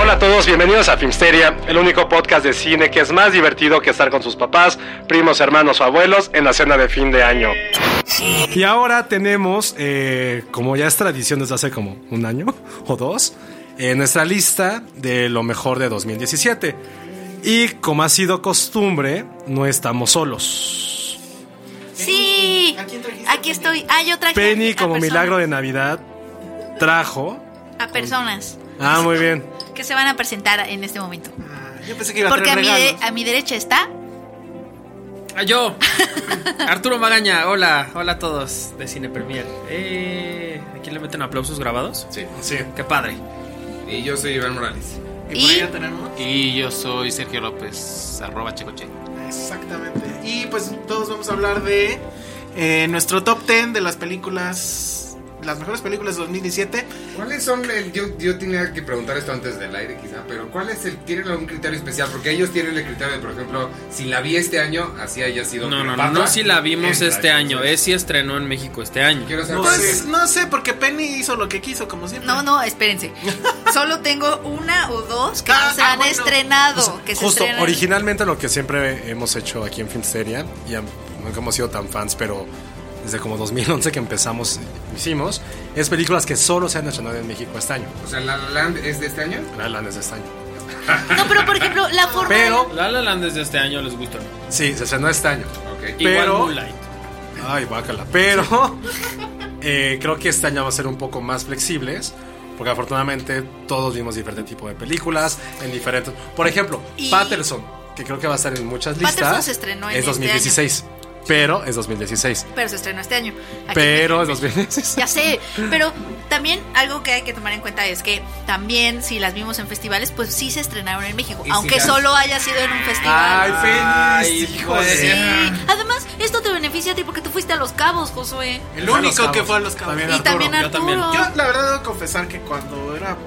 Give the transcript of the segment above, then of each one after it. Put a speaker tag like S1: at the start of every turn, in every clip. S1: Hola a todos, bienvenidos a Filmsteria, el único podcast de cine que es más divertido que estar con sus papás, primos, hermanos o abuelos en la cena de fin de año. Y ahora tenemos, eh, como ya es tradición desde hace como un año o dos, eh, nuestra lista de lo mejor de 2017. Y como ha sido costumbre, no estamos solos.
S2: Sí, aquí estoy. Ah, yo traje
S1: Penny,
S2: a
S1: como
S2: personas.
S1: milagro de Navidad, trajo...
S2: A personas
S1: Ah, muy bien.
S2: que se van a presentar en este momento.
S3: Yo pensé que iba a
S2: Porque a
S3: traer
S2: mi, de-
S3: regalos.
S2: a mi derecha está.
S3: Ah, yo, Arturo Magaña, hola, hola a todos de Cine Premier. Eh, ¿Aquí le meten aplausos grabados? Sí.
S1: Sí.
S3: Qué padre.
S4: Y yo soy Iván Morales.
S2: Y,
S3: tenemos?
S5: Y yo soy Sergio López, arroba Checoche.
S3: Exactamente.
S4: Y pues todos vamos a hablar de eh, nuestro top 10 de las películas, las mejores películas de 2017.
S6: ¿Cuáles son el.? Yo, yo tenía que preguntar esto antes del aire, quizá, pero ¿cuál es el. ¿Tienen algún criterio especial? Porque ellos tienen el criterio de, por ejemplo, si la vi este año, así haya sido.
S3: No, no, no,
S6: Cleopatra.
S3: no si la vimos
S6: Entra,
S3: este año,
S6: entonces.
S3: es si estrenó en México este año.
S6: Quiero saber.
S4: No
S6: cuál
S4: sé.
S6: es.
S4: Pues, no sé, porque Penny hizo lo que quiso, como siempre.
S2: no, no, espérense. Solo tengo una o dos que
S4: Ah,
S2: no se han
S4: bueno.
S2: estrenado. que
S1: Pues,
S2: se
S1: Justo,
S2: estrenan.
S1: originalmente lo que siempre hemos hecho aquí en Filmsteria, y am- nunca hemos sido tan fans, pero desde como 2011 que empezamos, hicimos, es películas que solo se han estrenado en México este año.
S6: O sea, La La Land es de este año.
S1: La Land es de este año.
S2: No, pero por ejemplo, la forma.
S1: Pero,
S3: La La Land desde este año les gustó.
S1: sí, se estrenó este año.
S6: Ok.
S3: Igual
S1: Pero-
S3: Moonlight.
S1: Ay, bácala. Pero eh, creo que este año va a ser un poco más flexibles. Porque afortunadamente todos vimos diferente tipo de películas en diferentes. Por ejemplo,
S2: Y-
S1: Patterson, que creo que va a estar en muchas
S2: Patterson
S1: listas.
S2: se estrenó en
S1: es
S2: este
S1: 2016. Pero es 2016.
S2: Pero se estrenó este año. Aquí
S1: Pero es
S2: en México.
S1: 2016.
S2: Ya sé, pero también algo que hay que tomar en cuenta es que también si las vimos en festivales, pues sí se estrenaron en México,
S6: Y si
S2: aunque
S6: las-
S2: solo haya sido en un
S1: Ay,
S2: festival.
S1: Ah,
S3: Ay,
S1: Félix, hijo
S3: pues,
S2: Sí.
S1: de.
S2: Además, esto te beneficia a ti porque tú fuiste a Los Cabos, Josué.
S4: El
S1: Fue a Los
S4: único que
S1: Cabos.
S4: fue a los cabos.
S1: También
S2: Y también
S3: yo también.
S2: Arturo.
S4: Yo, la verdad, debo confesar que cuando era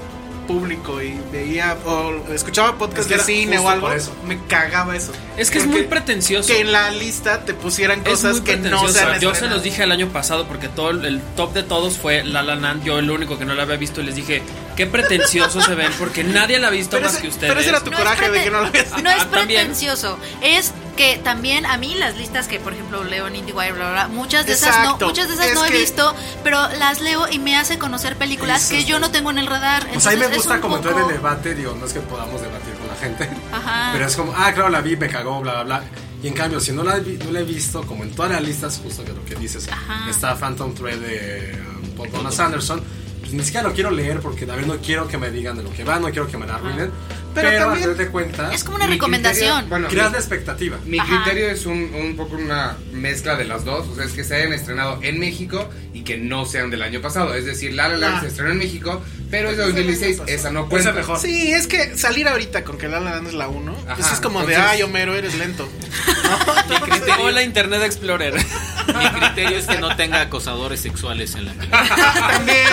S4: público y veía o escuchaba
S1: Es
S4: podcast
S1: que
S4: de
S1: era
S4: cine o
S1: justo
S4: algo,
S1: por eso.
S4: me cagaba eso.
S3: Es que es
S4: Porque
S3: muy pretencioso.
S4: Que en la lista te pusieran
S3: Es
S4: cosas
S3: muy
S4: que no se
S3: pretenciosa.
S4: han
S3: Yo se
S4: estrenado.
S3: los dije el año pasado porque todo el el top de todos fue La La Land. Yo el único que no la había visto y les dije, qué pretenciosos se ven porque nadie la ha visto
S4: Pero
S3: más
S4: ese-
S3: que ustedes.
S4: pero ese era tu
S2: No es
S4: coraje de
S2: prete-
S4: que no lo habías
S2: No es
S3: Ah, también.
S2: pretencioso, es que también a mí las listas que por ejemplo leo en IndieWire, bla, bla, bla, muchas de esas no,
S4: Exacto,
S2: muchas de esas
S4: es
S2: no he
S4: que-
S2: visto, pero las leo y me hace conocer películas que yo no tengo en el radar.
S1: Pues a mí me
S2: entonces es
S1: gusta
S2: un
S1: como entrar en
S2: poco-
S1: el debate, digo, no es que podamos debatir con la gente.
S2: Ajá.
S1: Pero es como, ah, claro, la vi, me cagó, bla, bla, bla. Y en cambio, si no la, vi- no la he visto, como en todas las listas, justo que lo que dices,
S2: Ajá.
S1: está Phantom Thread de um, Paul Thomas Anderson. Pues ni siquiera lo quiero leer porque, a ver, no quiero que me digan de lo que va, no quiero que me la arruinen. Pero,
S4: Pero
S1: al
S4: también-
S1: final de cuentas,
S2: Es como una
S6: Mi
S2: recomendación.
S6: criterio- bueno,
S1: creas la expectativa.
S6: Mi
S2: Ajá.
S6: criterio es un, un poco una mezcla de las dos, o sea, es que se hayan estrenado en México y que no sean del año pasado. Es decir, La La Land
S4: Ah.
S6: se estrenó en México, pero es de
S4: Pero es del año
S6: 2016,
S4: pasado.
S6: esa no
S1: Pues
S6: cuenta.
S1: es mejor.
S4: Sí, es que salir ahorita con que La La Land es la 1,
S6: Ajá,
S4: pues es como de,
S6: entonces-
S4: ay, Homero, eres lento.
S3: Hola Internet Explorer.
S5: Mi criterio es que no tenga acosadores sexuales en la película.
S4: También,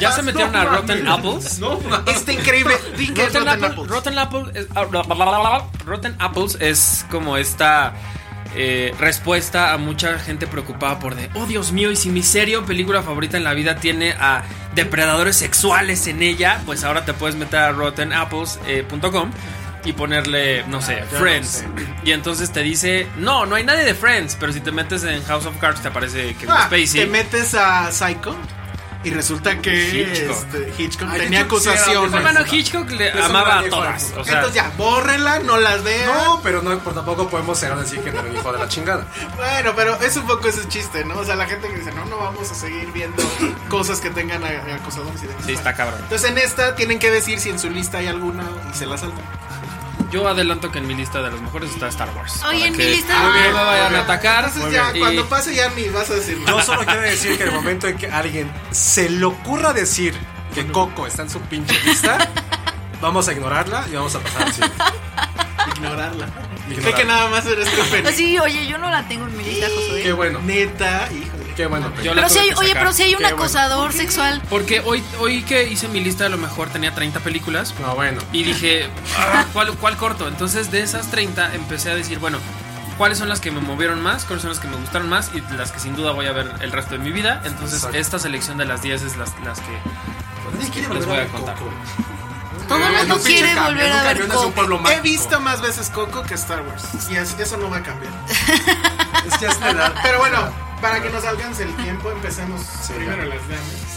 S3: ¿Ya se metieron a Rotten Apples?
S4: No, Está Este increíble. Di que es
S3: Rotten, Apple- Rotten
S4: Rotten Apples.
S3: Apple es- ah, bla, bla, bla, bla, bla. Rotten Apples es como esta eh, respuesta a mucha gente preocupada por de, oh Dios mío, y si mi serio película favorita en la vida tiene a depredadores sexuales en ella, pues ahora te puedes meter a rottenapples.com y ponerle, no sé,
S4: Ah, ya
S3: Friends.
S4: no
S3: Y entonces te dice, no, no hay nadie de Friends, pero si te metes en House of Cards te aparece Kevin
S4: Ah,
S3: Spacey.
S4: Te metes a Psycho y resulta que
S3: Hitchcock.
S4: este, Hitchcock
S6: Ay,
S4: tenía
S6: yo quisiera
S4: acusaciones.
S6: hablar
S3: Hermano Hitchcock le
S6: Eso me
S3: amaba
S6: la
S3: a
S6: dejo,
S3: todas.
S6: hermano.
S3: O sea,
S4: Entonces ya, bórrenla, no las vean.
S6: No, pero no, pues tampoco podemos ser así que no era un hijo de la chingada.
S4: Bueno, pero es un poco ese chiste, ¿no? O sea, la gente que dice, no, no vamos a seguir viendo cosas que tengan a- a acosadores y demás.
S3: sí, está cabrón.
S4: Entonces en esta tienen que decir si en su lista hay alguna y se la saltan.
S3: Yo adelanto que en mi lista de los mejores está Star Wars.
S2: Oye,
S3: Para
S2: en
S3: que
S2: mi lista-
S4: Ah,
S3: No
S2: Muy
S3: me
S2: bien,
S3: vayan a atacar.
S4: Entonces ya,
S3: Y-
S4: cuando pase ya ni vas a decir nada.
S1: Yo solo quiero decir que en el momento en que alguien se le ocurra decir que Coco está en su pinche lista, vamos a ignorarla y vamos a pasar al siguiente.
S4: Ignorarla. Sé
S1: Ignorarla.
S4: que nada más eres tu feliz.
S2: Así, Pues oye, yo no la tengo en mi lista,
S6: Qué
S2: Josué.
S6: bueno,
S4: Neta, híjole.
S6: qué bueno.
S3: yo la
S2: Pero si
S3: tuve
S2: hay,
S3: que
S2: oye,
S3: sacar.
S2: pero si hay un
S6: Qué bueno.
S2: acosador sexual.
S3: Porque hoy, hoy que hice mi lista, a lo mejor tenía 30 películas. pues,
S6: No, bueno.
S3: Y dije, "Ah, ¿cuál, ¿cuál corto? Entonces, de esas 30, empecé a decir, bueno, ¿cuáles son las que me movieron más? ¿Cuáles son las que me gustaron más? Y las que sin duda voy a ver el resto de mi vida. Entonces,
S1: Exacto.
S3: esta selección de las 10 es las, las que
S1: Nadie
S3: las que
S1: quiere volver
S3: les voy
S1: a
S3: a
S1: ver
S3: contar.
S1: Coco.
S2: Todo el
S6: Eh,
S2: mundo
S6: no pinche
S2: quiere
S6: camión,
S2: volver
S6: un
S2: a ver
S6: camión es un
S2: Coco.
S6: pueblo
S4: He
S6: mágico.
S4: visto más veces Coco que Star Wars. Y es- eso no va a cambiar.
S1: Es que es la edad.
S4: Pero bueno, para que nos alcance el tiempo, empecemos primero las damas.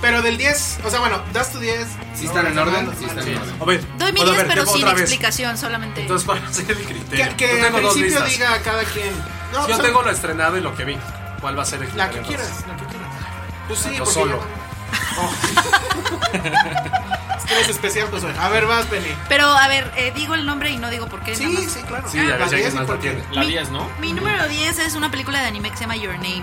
S4: Pero del 10, o sea, bueno, das tu 10.
S6: ¿Sí
S4: ¿no?
S6: están en
S4: Las
S6: orden?
S4: damas,
S6: Sí
S4: las
S6: están en
S4: damas.
S6: orden.
S1: A ver,
S2: Doy mi
S1: bueno, a
S2: 10,
S1: ver,
S2: pero
S1: te-
S2: sin
S1: otra vez.
S2: explicación, solamente.
S1: Entonces, para hacer el criterio.
S4: Que, que
S1: yo
S4: al
S1: tengo dos
S4: principio
S1: listas.
S4: diga a cada quien. No,
S1: Yo
S4: son-
S1: tengo lo estrenado y lo que vi. ¿Cuál va a ser el
S4: la que
S1: criterio? entonces?
S4: quieras, la que quieras. Pues sí,
S1: Yo
S4: porque
S1: solo.
S4: ya- Es que eres especial, Josué. A ver, vas, Penny.
S2: Pero a ver, eh, digo el nombre y no digo por qué. nada
S4: Sí,
S2: más.
S4: sí, claro.
S1: Sí, a ver
S4: Las
S1: si alguien
S4: 10 y
S1: más lo
S4: por qué.
S1: tiene.
S3: La 10, ¿no?
S2: Mi número 10 es una película de anime que se llama Your Name.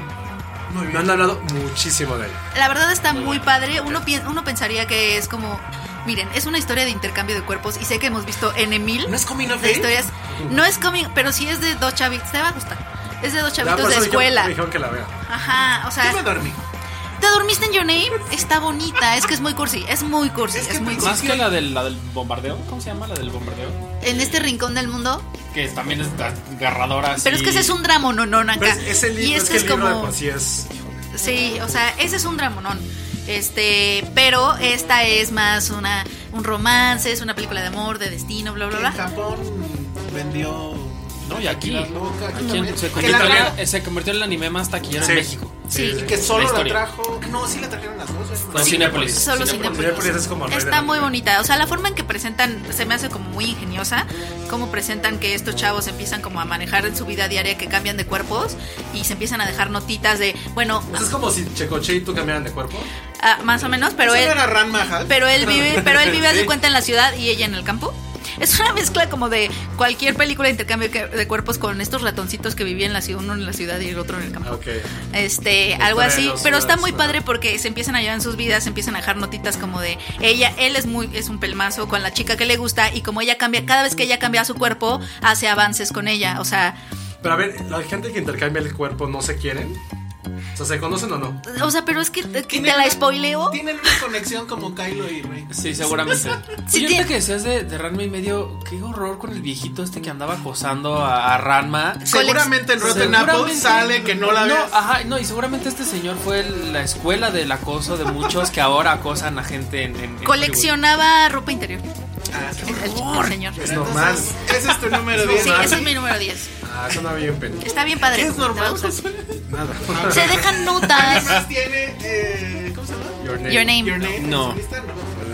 S1: Me han hablado muchísimo de ella.
S2: La verdad está muy padre. Uno, pien- uno pensaría que es como. Miren, es una historia de intercambio de cuerpos y sé que hemos visto en mil
S1: ¿No es coming of
S2: de
S1: age?
S2: historias. No es coming, pero sí es de dos chavitos. Te va a gustar. Es de dos
S1: Ya, por
S2: chavitos de
S1: eso dije-
S2: escuela.
S1: Me dijeron que la vea.
S2: Ajá, o sea.
S4: Yo me dormí.
S2: ¿Te dormiste en Your Name? Está bonita. Es que es muy cursi. Es muy cursi.
S4: Es
S2: Es,
S4: que
S2: muy
S4: pensé-
S2: cursi.
S3: Más que la del, la del bombardeo. ¿Cómo se llama la del bombardeo?
S2: En este rincón del mundo.
S3: Que también es agarradora.
S2: Pero es que ese es un drama no acá.
S1: Pero es, es el
S2: y
S1: libro, es
S2: este
S1: que
S2: es,
S1: el libro de
S2: como.
S1: por sí es.
S2: Sí, o sea, ese es un dramonón. Este, pero esta es más una un romance, es una película de amor, de destino, bla bla
S4: En
S2: bla.
S4: Japón vendió.
S3: No, y aquí.
S4: Tequila loca, aquí
S3: aquí
S4: también.
S3: se,
S4: Que la
S3: convirtió,
S4: trajo-
S3: eh, se convirtió en el anime más taquillero
S1: Sí.
S3: en México.
S2: Sí.
S4: Y que solo la,
S3: historia.
S4: trajo. No, sí la trajeron las dos. ¿eh?
S3: No, Cinépolis.
S2: Solo sin
S1: Cinépolis es como el rey de
S2: Está
S1: la
S2: muy
S1: comida.
S2: bonita. O sea, la forma en que presentan se me hace como muy ingeniosa. Cómo presentan que estos chavos empiezan como a manejar en su vida diaria que cambian de cuerpos y se empiezan a dejar notitas de, bueno,
S1: Pues es como si Checoche y tú cambiaran de cuerpo.
S2: ah, más o menos, pero
S4: Esa
S2: él,
S4: no era Ran Mahal.
S2: Pero él vive, pero él vive haz de
S1: Sí.
S2: cuenta en la ciudad y ella en el campo. Es una mezcla como de cualquier película de intercambio que- de cuerpos con estos ratoncitos que vivían en la ciudad, uno en la ciudad y el otro en el campo.
S1: Ah, Ok.
S2: Este,
S1: Historia
S2: algo
S1: de
S2: así,
S1: los
S2: pero está
S1: ciudades,
S2: muy
S1: ¿no?
S2: padre porque se empiezan a llevar en sus vidas, se empiezan a dejar notitas como de ella, él es muy es un pelmazo con la chica que le gusta y como ella cambia, cada vez que ella cambia su cuerpo, hace avances con ella, o sea,
S1: Pero a ver, la gente que intercambia el cuerpo no se quieren. O sea, ¿se conocen o no?
S2: o sea, pero es que, que
S4: Tienen
S2: te la
S4: una-
S2: spoileo.
S4: Tienen una conexión como Kylo y Rey.
S3: Sí, seguramente.
S2: Sí, tiene-
S3: Oye, ahorita que decías de, de Ranma y medio, qué horror con el viejito este que andaba acosando a, a Ranma.
S4: Seguramente Este en Rotten Apple
S3: Seguramente-
S4: sale que no la
S3: No,
S4: veas.
S2: ah,
S3: ajá, no, y seguramente este señor fue el- la escuela del acoso de muchos que ahora acosan a gente en. en- en
S2: Coleccionaba ropa interior.
S4: Ah, sí.
S2: El, el señor.
S1: Es
S2: Sí,
S1: normal.
S4: Entonces, ese es tu número 10.
S2: ese es mi número 10.
S1: Ah, eso no bien pendiente.
S2: Está bien padre.
S4: ¿Qué es
S2: Te va a
S4: normal?
S2: gustar.
S1: Nada.
S2: Se dejan
S4: Además
S2: notas.
S4: tiene. Eh, ¿Cómo se llama?
S1: Your name.
S2: Your name.
S4: Your Name.
S3: No.
S4: ¿Es lista?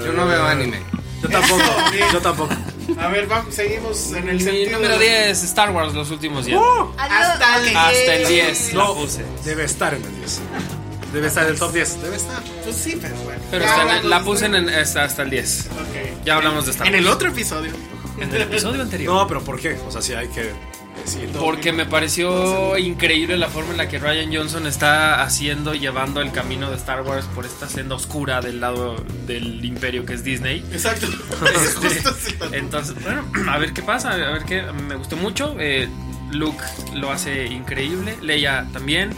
S6: Yo no veo anime.
S1: Yo tampoco.
S4: Eso.
S1: yo tampoco.
S4: A ver, vamos, seguimos en
S3: Hollywood.
S4: el
S3: Mi
S4: sentido.
S3: número
S4: de-
S3: 10, Star Wars, los últimos 10.
S4: ¡Uh!
S2: Adiós.
S4: Hasta el
S2: Ok.
S3: Hasta
S2: Eh,
S3: el 10, la
S1: No,
S3: puse.
S1: debe estar en el 10. Debe estar en el top 10.
S4: Debe estar. Pues sí, pero bueno.
S3: Pero
S4: Ya
S3: está en-
S4: hablamos
S3: la
S4: de
S3: puse en,
S4: esto.
S3: en- hasta, hasta el 10.
S4: Ok.
S3: Ya hablamos de Star
S4: En
S3: Wars.
S4: el otro episodio.
S3: En el episodio anterior.
S1: No, pero ¿por qué? O sea, sí hay que decirlo.
S3: Porque me pareció increíble la forma en la que Ryan Johnson está haciendo, y llevando el camino de Star Wars por esta senda oscura del lado del imperio que es Disney.
S4: Exacto. Es
S3: Este,
S4: justo así.
S3: entonces, bueno, a ver qué pasa, a ver qué me gustó mucho. Eh, Luke lo hace increíble, Leia también.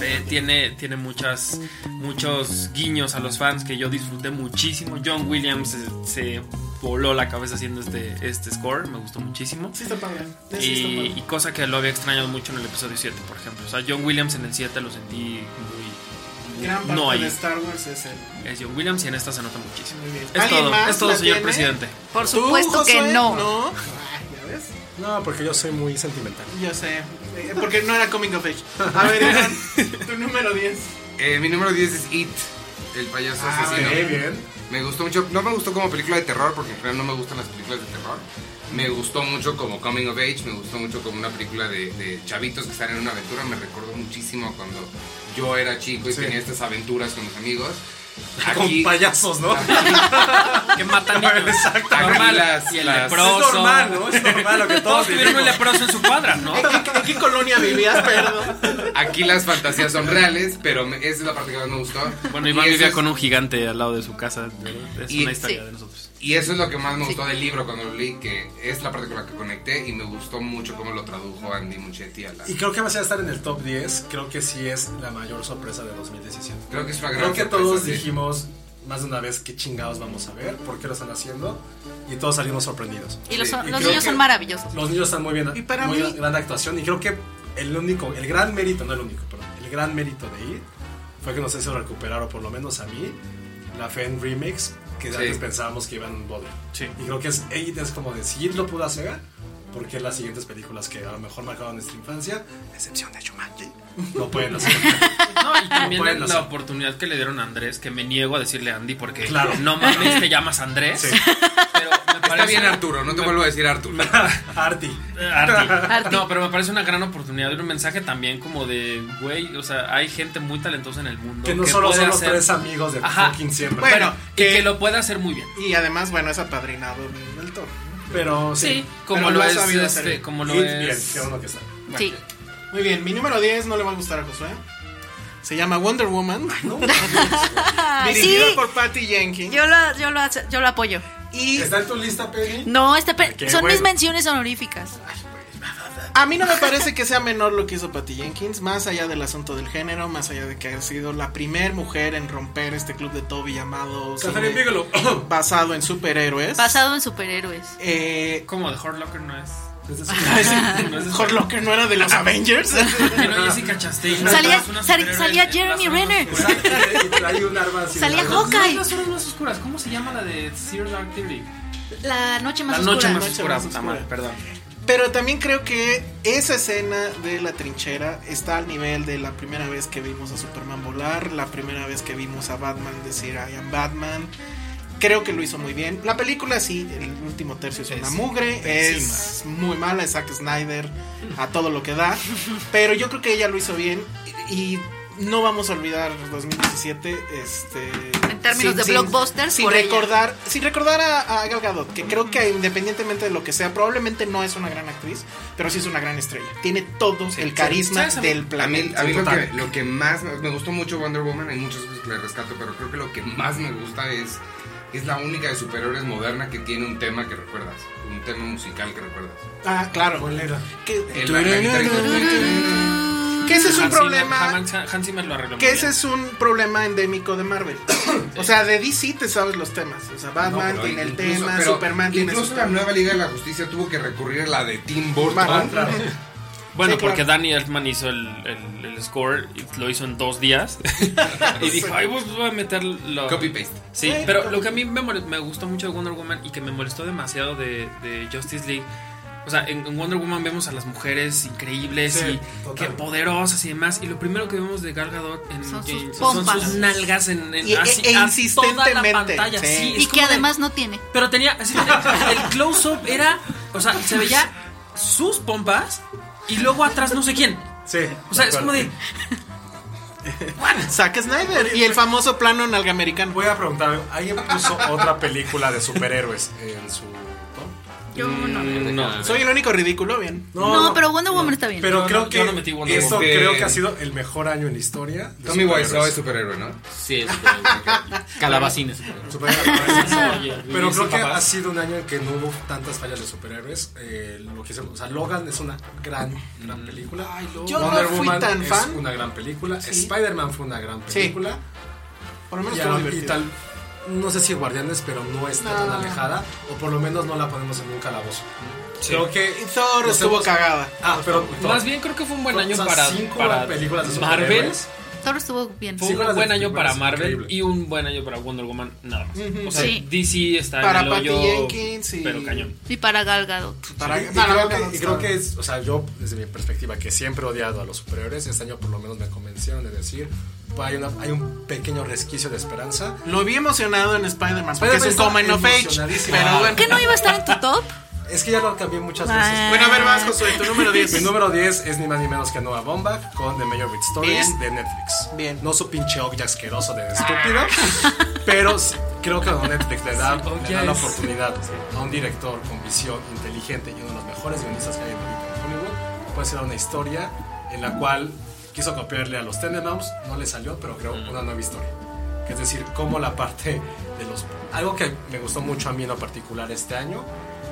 S3: Eh, tiene, tiene muchas, muchos guiños a los fans que yo disfruté muchísimo. John Williams se, se voló la cabeza haciendo este, este score, me gustó muchísimo.
S4: Sí, está padre. Sí,
S3: y,
S4: sí, está padre.
S3: y cosa que lo había extrañado mucho en el episodio 7, por ejemplo. O sea, John Williams en el 7 lo sentí muy... muy-
S4: Gran parte
S3: no ahí.
S4: de Star Wars es él.
S3: Es John Williams y en esta se nota muchísimo. Es
S4: ¿Alguien
S3: todo,
S4: más
S3: es todo,
S4: la
S3: señor
S4: tiene?
S3: presidente.
S2: Por
S4: ¿Tú,
S2: supuesto que
S4: Josué?
S2: no.
S4: ¿No? Ay, ¿Ya ves?
S1: No, porque yo soy muy sentimental.
S4: Yo sé. eh, Porque no era Coming of Age. A ver, Iván, tu número 10.
S6: Eh, mi número 10 es It, el payaso
S4: Ah,
S6: asesino.
S4: ok, bien.
S6: Me gustó mucho, no me gustó como película de terror, porque en general no me gustan las películas de terror. Me gustó mucho como Coming of Age, me gustó mucho como una película de, de chavitos que están en una aventura. Me recordó muchísimo a cuando yo era chico y tenía estas aventuras con mis amigos.
S1: Con payasos, ¿no?
S3: que matan niños.
S6: Exacto. Aquí
S3: Normal.
S6: las-
S3: y el
S6: las-
S3: leproso.
S1: Es normal, ¿no? Es normal lo que todos
S3: tuvieron un
S1: vivimos.
S3: leproso en su cuadra, ¿no?
S4: ¿En qué, en qué colonia vivías, perdón?
S6: Aquí las fantasías son reales, pero me- esa es la parte que más me gustó.
S3: Bueno,
S6: Y
S3: Iván
S6: eso
S3: vivía
S6: es-
S3: con un gigante al lado de su casa. ¿verdad? Es
S6: Y-
S3: una historia
S6: Sí.
S3: de nosotros.
S6: Y eso es lo que más me gustó del libro cuando lo leí, que es la parte con la que conecté y me gustó mucho cómo lo tradujo Andy Muchetti a la...
S1: Y creo que vas a estar en el top 10. Creo que sí es la mayor sorpresa de 2017.
S6: Creo que es una gran
S1: Creo que
S6: sorpresa,
S1: todos
S6: sí.
S1: dijimos más de una vez qué chingados vamos a ver, por qué lo están haciendo. Y todos salimos sorprendidos.
S2: Y los,
S1: Sí.
S2: los
S1: creo
S2: niños
S1: que
S2: son maravillosos.
S1: Los niños están muy bien.
S4: Y para
S1: muy
S4: mí-
S1: gran actuación. Y creo que el único, el gran mérito, no el único, perdón, el gran mérito de IT fue que nos hizo recuperar, o por lo menos a mí, la fe en remix que
S6: Sí.
S1: antes pensábamos que iban a volver. Y creo que es, It es como de si It lo pudo hacer, porque las siguientes películas que a lo mejor marcaron nuestra infancia, a excepción de Jumanji, no pueden hacer.
S3: No, y también
S1: pueden
S3: la
S1: hacer.
S3: oportunidad que le dieron a Andrés, que me niego a decirle Andy porque
S1: Claro.
S3: no mames, te llamas Andrés.
S1: Sí.
S3: Pero me
S6: Está
S3: parece
S6: bien Arturo, no te vuelvo a decir Arturo.
S1: Arti.
S3: Eh, Arti. No, pero me parece una gran oportunidad y un mensaje también como de, güey, o sea, hay gente muy talentosa en el mundo.
S1: Que no solo
S3: puede
S1: son los
S3: hacer-
S1: tres amigos de
S3: Ajá.
S1: fucking siempre.
S3: Bueno,
S4: Bueno,
S3: y que lo puede hacer muy bien.
S4: Y además, bueno, es apadrinado del toro.
S1: pero sí.
S3: Sí, como
S4: Pero
S3: lo,
S4: lo ha
S3: es,
S4: sabido hacer.
S3: este, como lo
S1: It,
S3: es.
S1: bien, qué bueno que está.
S2: Sí.
S4: Muy bien, mi número 10 no le va a gustar a Josué. Se llama Wonder Woman.
S2: Ay,
S4: Dirigida
S2: Ah, sí,
S4: por Patty Jenkins.
S2: yo lo, yo, lo, yo lo apoyo.
S4: Y
S1: ¿Está en tu lista, Penny?
S2: No, este pe-
S1: Qué
S2: son mis
S1: bueno.
S2: menciones honoríficas.
S4: a mí no me parece que sea menor lo que hizo Patty Jenkins, más allá del asunto del género, más allá de que ha sido la primer mujer en romper este club de Toby llamado cine
S1: Catherine Bigelow.
S4: basado en superhéroes.
S2: Basado en superhéroes.
S4: Eh,
S3: Como de Hurt Locker no es. No es de-
S4: Hurt Locker no era de los Avengers.
S3: Que no Jessica Chastain.
S2: Salía-
S3: Es una
S2: sal-
S3: superhéroe
S2: salía
S3: en- en
S2: Jeremy
S3: las zonas
S2: Renner.
S3: oscuras.
S1: y trae un arma así.
S2: Salía
S1: larga.
S3: No es
S2: Hawkeye.
S3: las horas más oscuras. ¿Cómo se llama la de Zero Dark Theory?
S2: La noche más
S3: la
S2: oscura.
S3: noche más
S4: Noche
S3: oscura,
S4: más
S3: puta
S4: oscura.
S3: madre, perdón.
S4: Pero también creo que esa escena de la trinchera está al nivel de la primera vez que vimos a Superman volar, la primera vez que vimos a Batman decir I am Batman. Creo que lo hizo muy bien. La película sí, el último tercio es una mugre, es muy mala, es Zack Snyder a todo lo que da, pero yo creo que ella lo hizo bien y y no vamos a olvidar 2017 este
S2: En términos de blockbusters,
S4: sin
S2: por ella.
S4: recordar sin recordar a, a Gal Gadot que creo que independientemente de lo que sea probablemente no es una gran actriz pero sí es una gran estrella tiene todo el carisma
S3: ¿Sabes? A mí-
S4: del
S6: A mí,
S4: planeta
S6: a mí lo,
S4: Total.
S6: que, lo que más me, me gustó mucho Wonder Woman, hay muchas cosas que le rescato, pero creo que lo que más me gusta es es la única de superhéroes moderna que tiene un tema que recuerdas, un tema musical que recuerdas.
S4: ah claro
S1: ¿Cuál era?
S4: que,
S6: El- la guitarra-
S4: que ese es un
S3: Hans Zimmer-
S4: problema
S3: Hans- Hans Zimmer lo arregló.
S4: que
S3: muy
S4: ese
S3: bien.
S4: es un problema endémico de Marvel o sea de DC te sabes los temas o sea Batman
S6: No, pero
S4: tiene el
S6: incluso-
S4: tema
S6: pero
S4: Superman tiene sus
S6: Incluso la
S4: temas.
S6: nueva Liga de la Justicia tuvo que recurrir a la de Tim Burton.
S4: Batman.
S3: Bueno,
S4: Sí, claro.
S3: porque Danny Elfman hizo el, el- el score, y lo hizo en dos días. y dijo, ay, pues voy a meter lo...
S6: Copy paste.
S3: Sí, pero lo que a mí me, mole- me gustó mucho de Wonder Woman y que me molestó demasiado de, de Justice League. O sea, en, en Wonder Woman vemos a las mujeres increíbles
S1: Sí,
S3: y
S1: total.
S3: que poderosas y demás. Y lo primero que vemos de Gal Gadot en,
S2: Son sus
S3: en-
S2: pompas.
S3: sus nalgas en, en-
S4: Y- e-
S3: así,
S4: e
S3: a
S4: insistentemente,
S3: toda la pantalla.
S4: sí.
S3: Sí, es
S2: Y que
S3: como de-
S2: además no tiene.
S3: pero tenía. así, el el close-up era. O sea, se veía sus pompas y luego atrás no sé quién.
S1: Sí.
S3: O sea, es como de.
S4: Zack Snyder y el famoso plano nalgamericano
S1: Voy a preguntar, ¿alguien puso otra película de superhéroes en su top?
S2: Yo no.
S3: No.
S4: Soy el único ridículo, bien.
S2: Mm. No, pero Wonder Woman está bien.
S1: Pero
S2: No,
S1: creo
S2: no,
S1: que
S2: yo no metí Wonder
S1: eso
S2: Woman.
S1: creo que ha sido el mejor año en la historia. de
S6: Tommy Wiseau
S1: superhéroes.
S6: es superhéroe, ¿no?
S5: Sí, es superhéroe. Calabacín es
S1: Superhéroes. Pero
S5: Oye,
S1: creo que
S5: papás.
S1: ha sido un año en que no hubo tantas fallas de superhéroes. Eh, lo que hicieron- o sea, Logan es una gran,
S3: Mm.
S1: gran película.
S4: Yo no fui tan
S1: es
S4: fan.
S1: una gran película.
S4: Sí.
S1: Spider-Man fue una gran
S4: Sí.
S1: película.
S4: Por lo menos
S1: Y
S4: estuvo
S1: a- y
S4: divertido.
S1: tal, no sé si Guardianes, pero no está
S4: No.
S1: tan alejada. O por lo menos no la ponemos en un calabozo. Creo que.
S4: Y Thor
S1: nos
S4: estuvo
S1: hemos-
S4: cagada.
S1: Ah, pero.
S3: Pues Más bien creo que fue un buen año
S1: Son
S3: para,
S1: cinco
S3: para
S1: películas de
S3: Marvel.
S1: superhéroes.
S2: Thor estuvo bien.
S3: Fue un buen año para Marvel y un buen año para Wonder Woman, nada más.
S2: Ujú.
S3: O sea,
S2: Sí.
S3: DC está
S4: Para
S3: en el
S4: Patty
S3: hoyo,
S4: Jenkins y-
S3: pero cañón.
S2: Y para Gal Gadot.
S1: Para- y,
S4: Para-
S1: creo
S4: para-
S1: que, y creo que es, o sea, yo desde mi perspectiva, que siempre he odiado a los superiores, este año por lo menos me convencieron de decir, "Pa, hay, una- hay un pequeño resquicio de esperanza.
S4: Lo vi emocionado en Spider-Man, porque es
S1: Spider-Man
S4: un
S1: está
S4: common of age.
S1: emocionadísimo.
S4: Pero bueno.
S2: ¿Qué no iba a estar en tu top?
S1: Es que ya lo cambié muchas
S2: Ah.
S1: veces.
S4: Bueno, a ver, vas, Josué, tu número 10.
S1: Mi número 10 es ni más ni menos que Noah Bomba con The Mayor with Stories
S4: Bien.
S1: de Netflix.
S4: Bien. Ah.
S1: No su pinche Ogja asqueroso de estúpido, pero sí, creo que a Netflix le da,
S3: Sí, Ogja
S1: le da la
S3: es-
S1: oportunidad a un director con visión inteligente y uno de los mejores guionistas que hay en Hollywood. Puede ser una historia en la cual quiso copiarle a los Tenenbaums, no le salió, pero creó
S4: Mm.
S1: una nueva historia. Es decir, como la parte de los... Algo que me gustó mucho a mí en lo particular este año,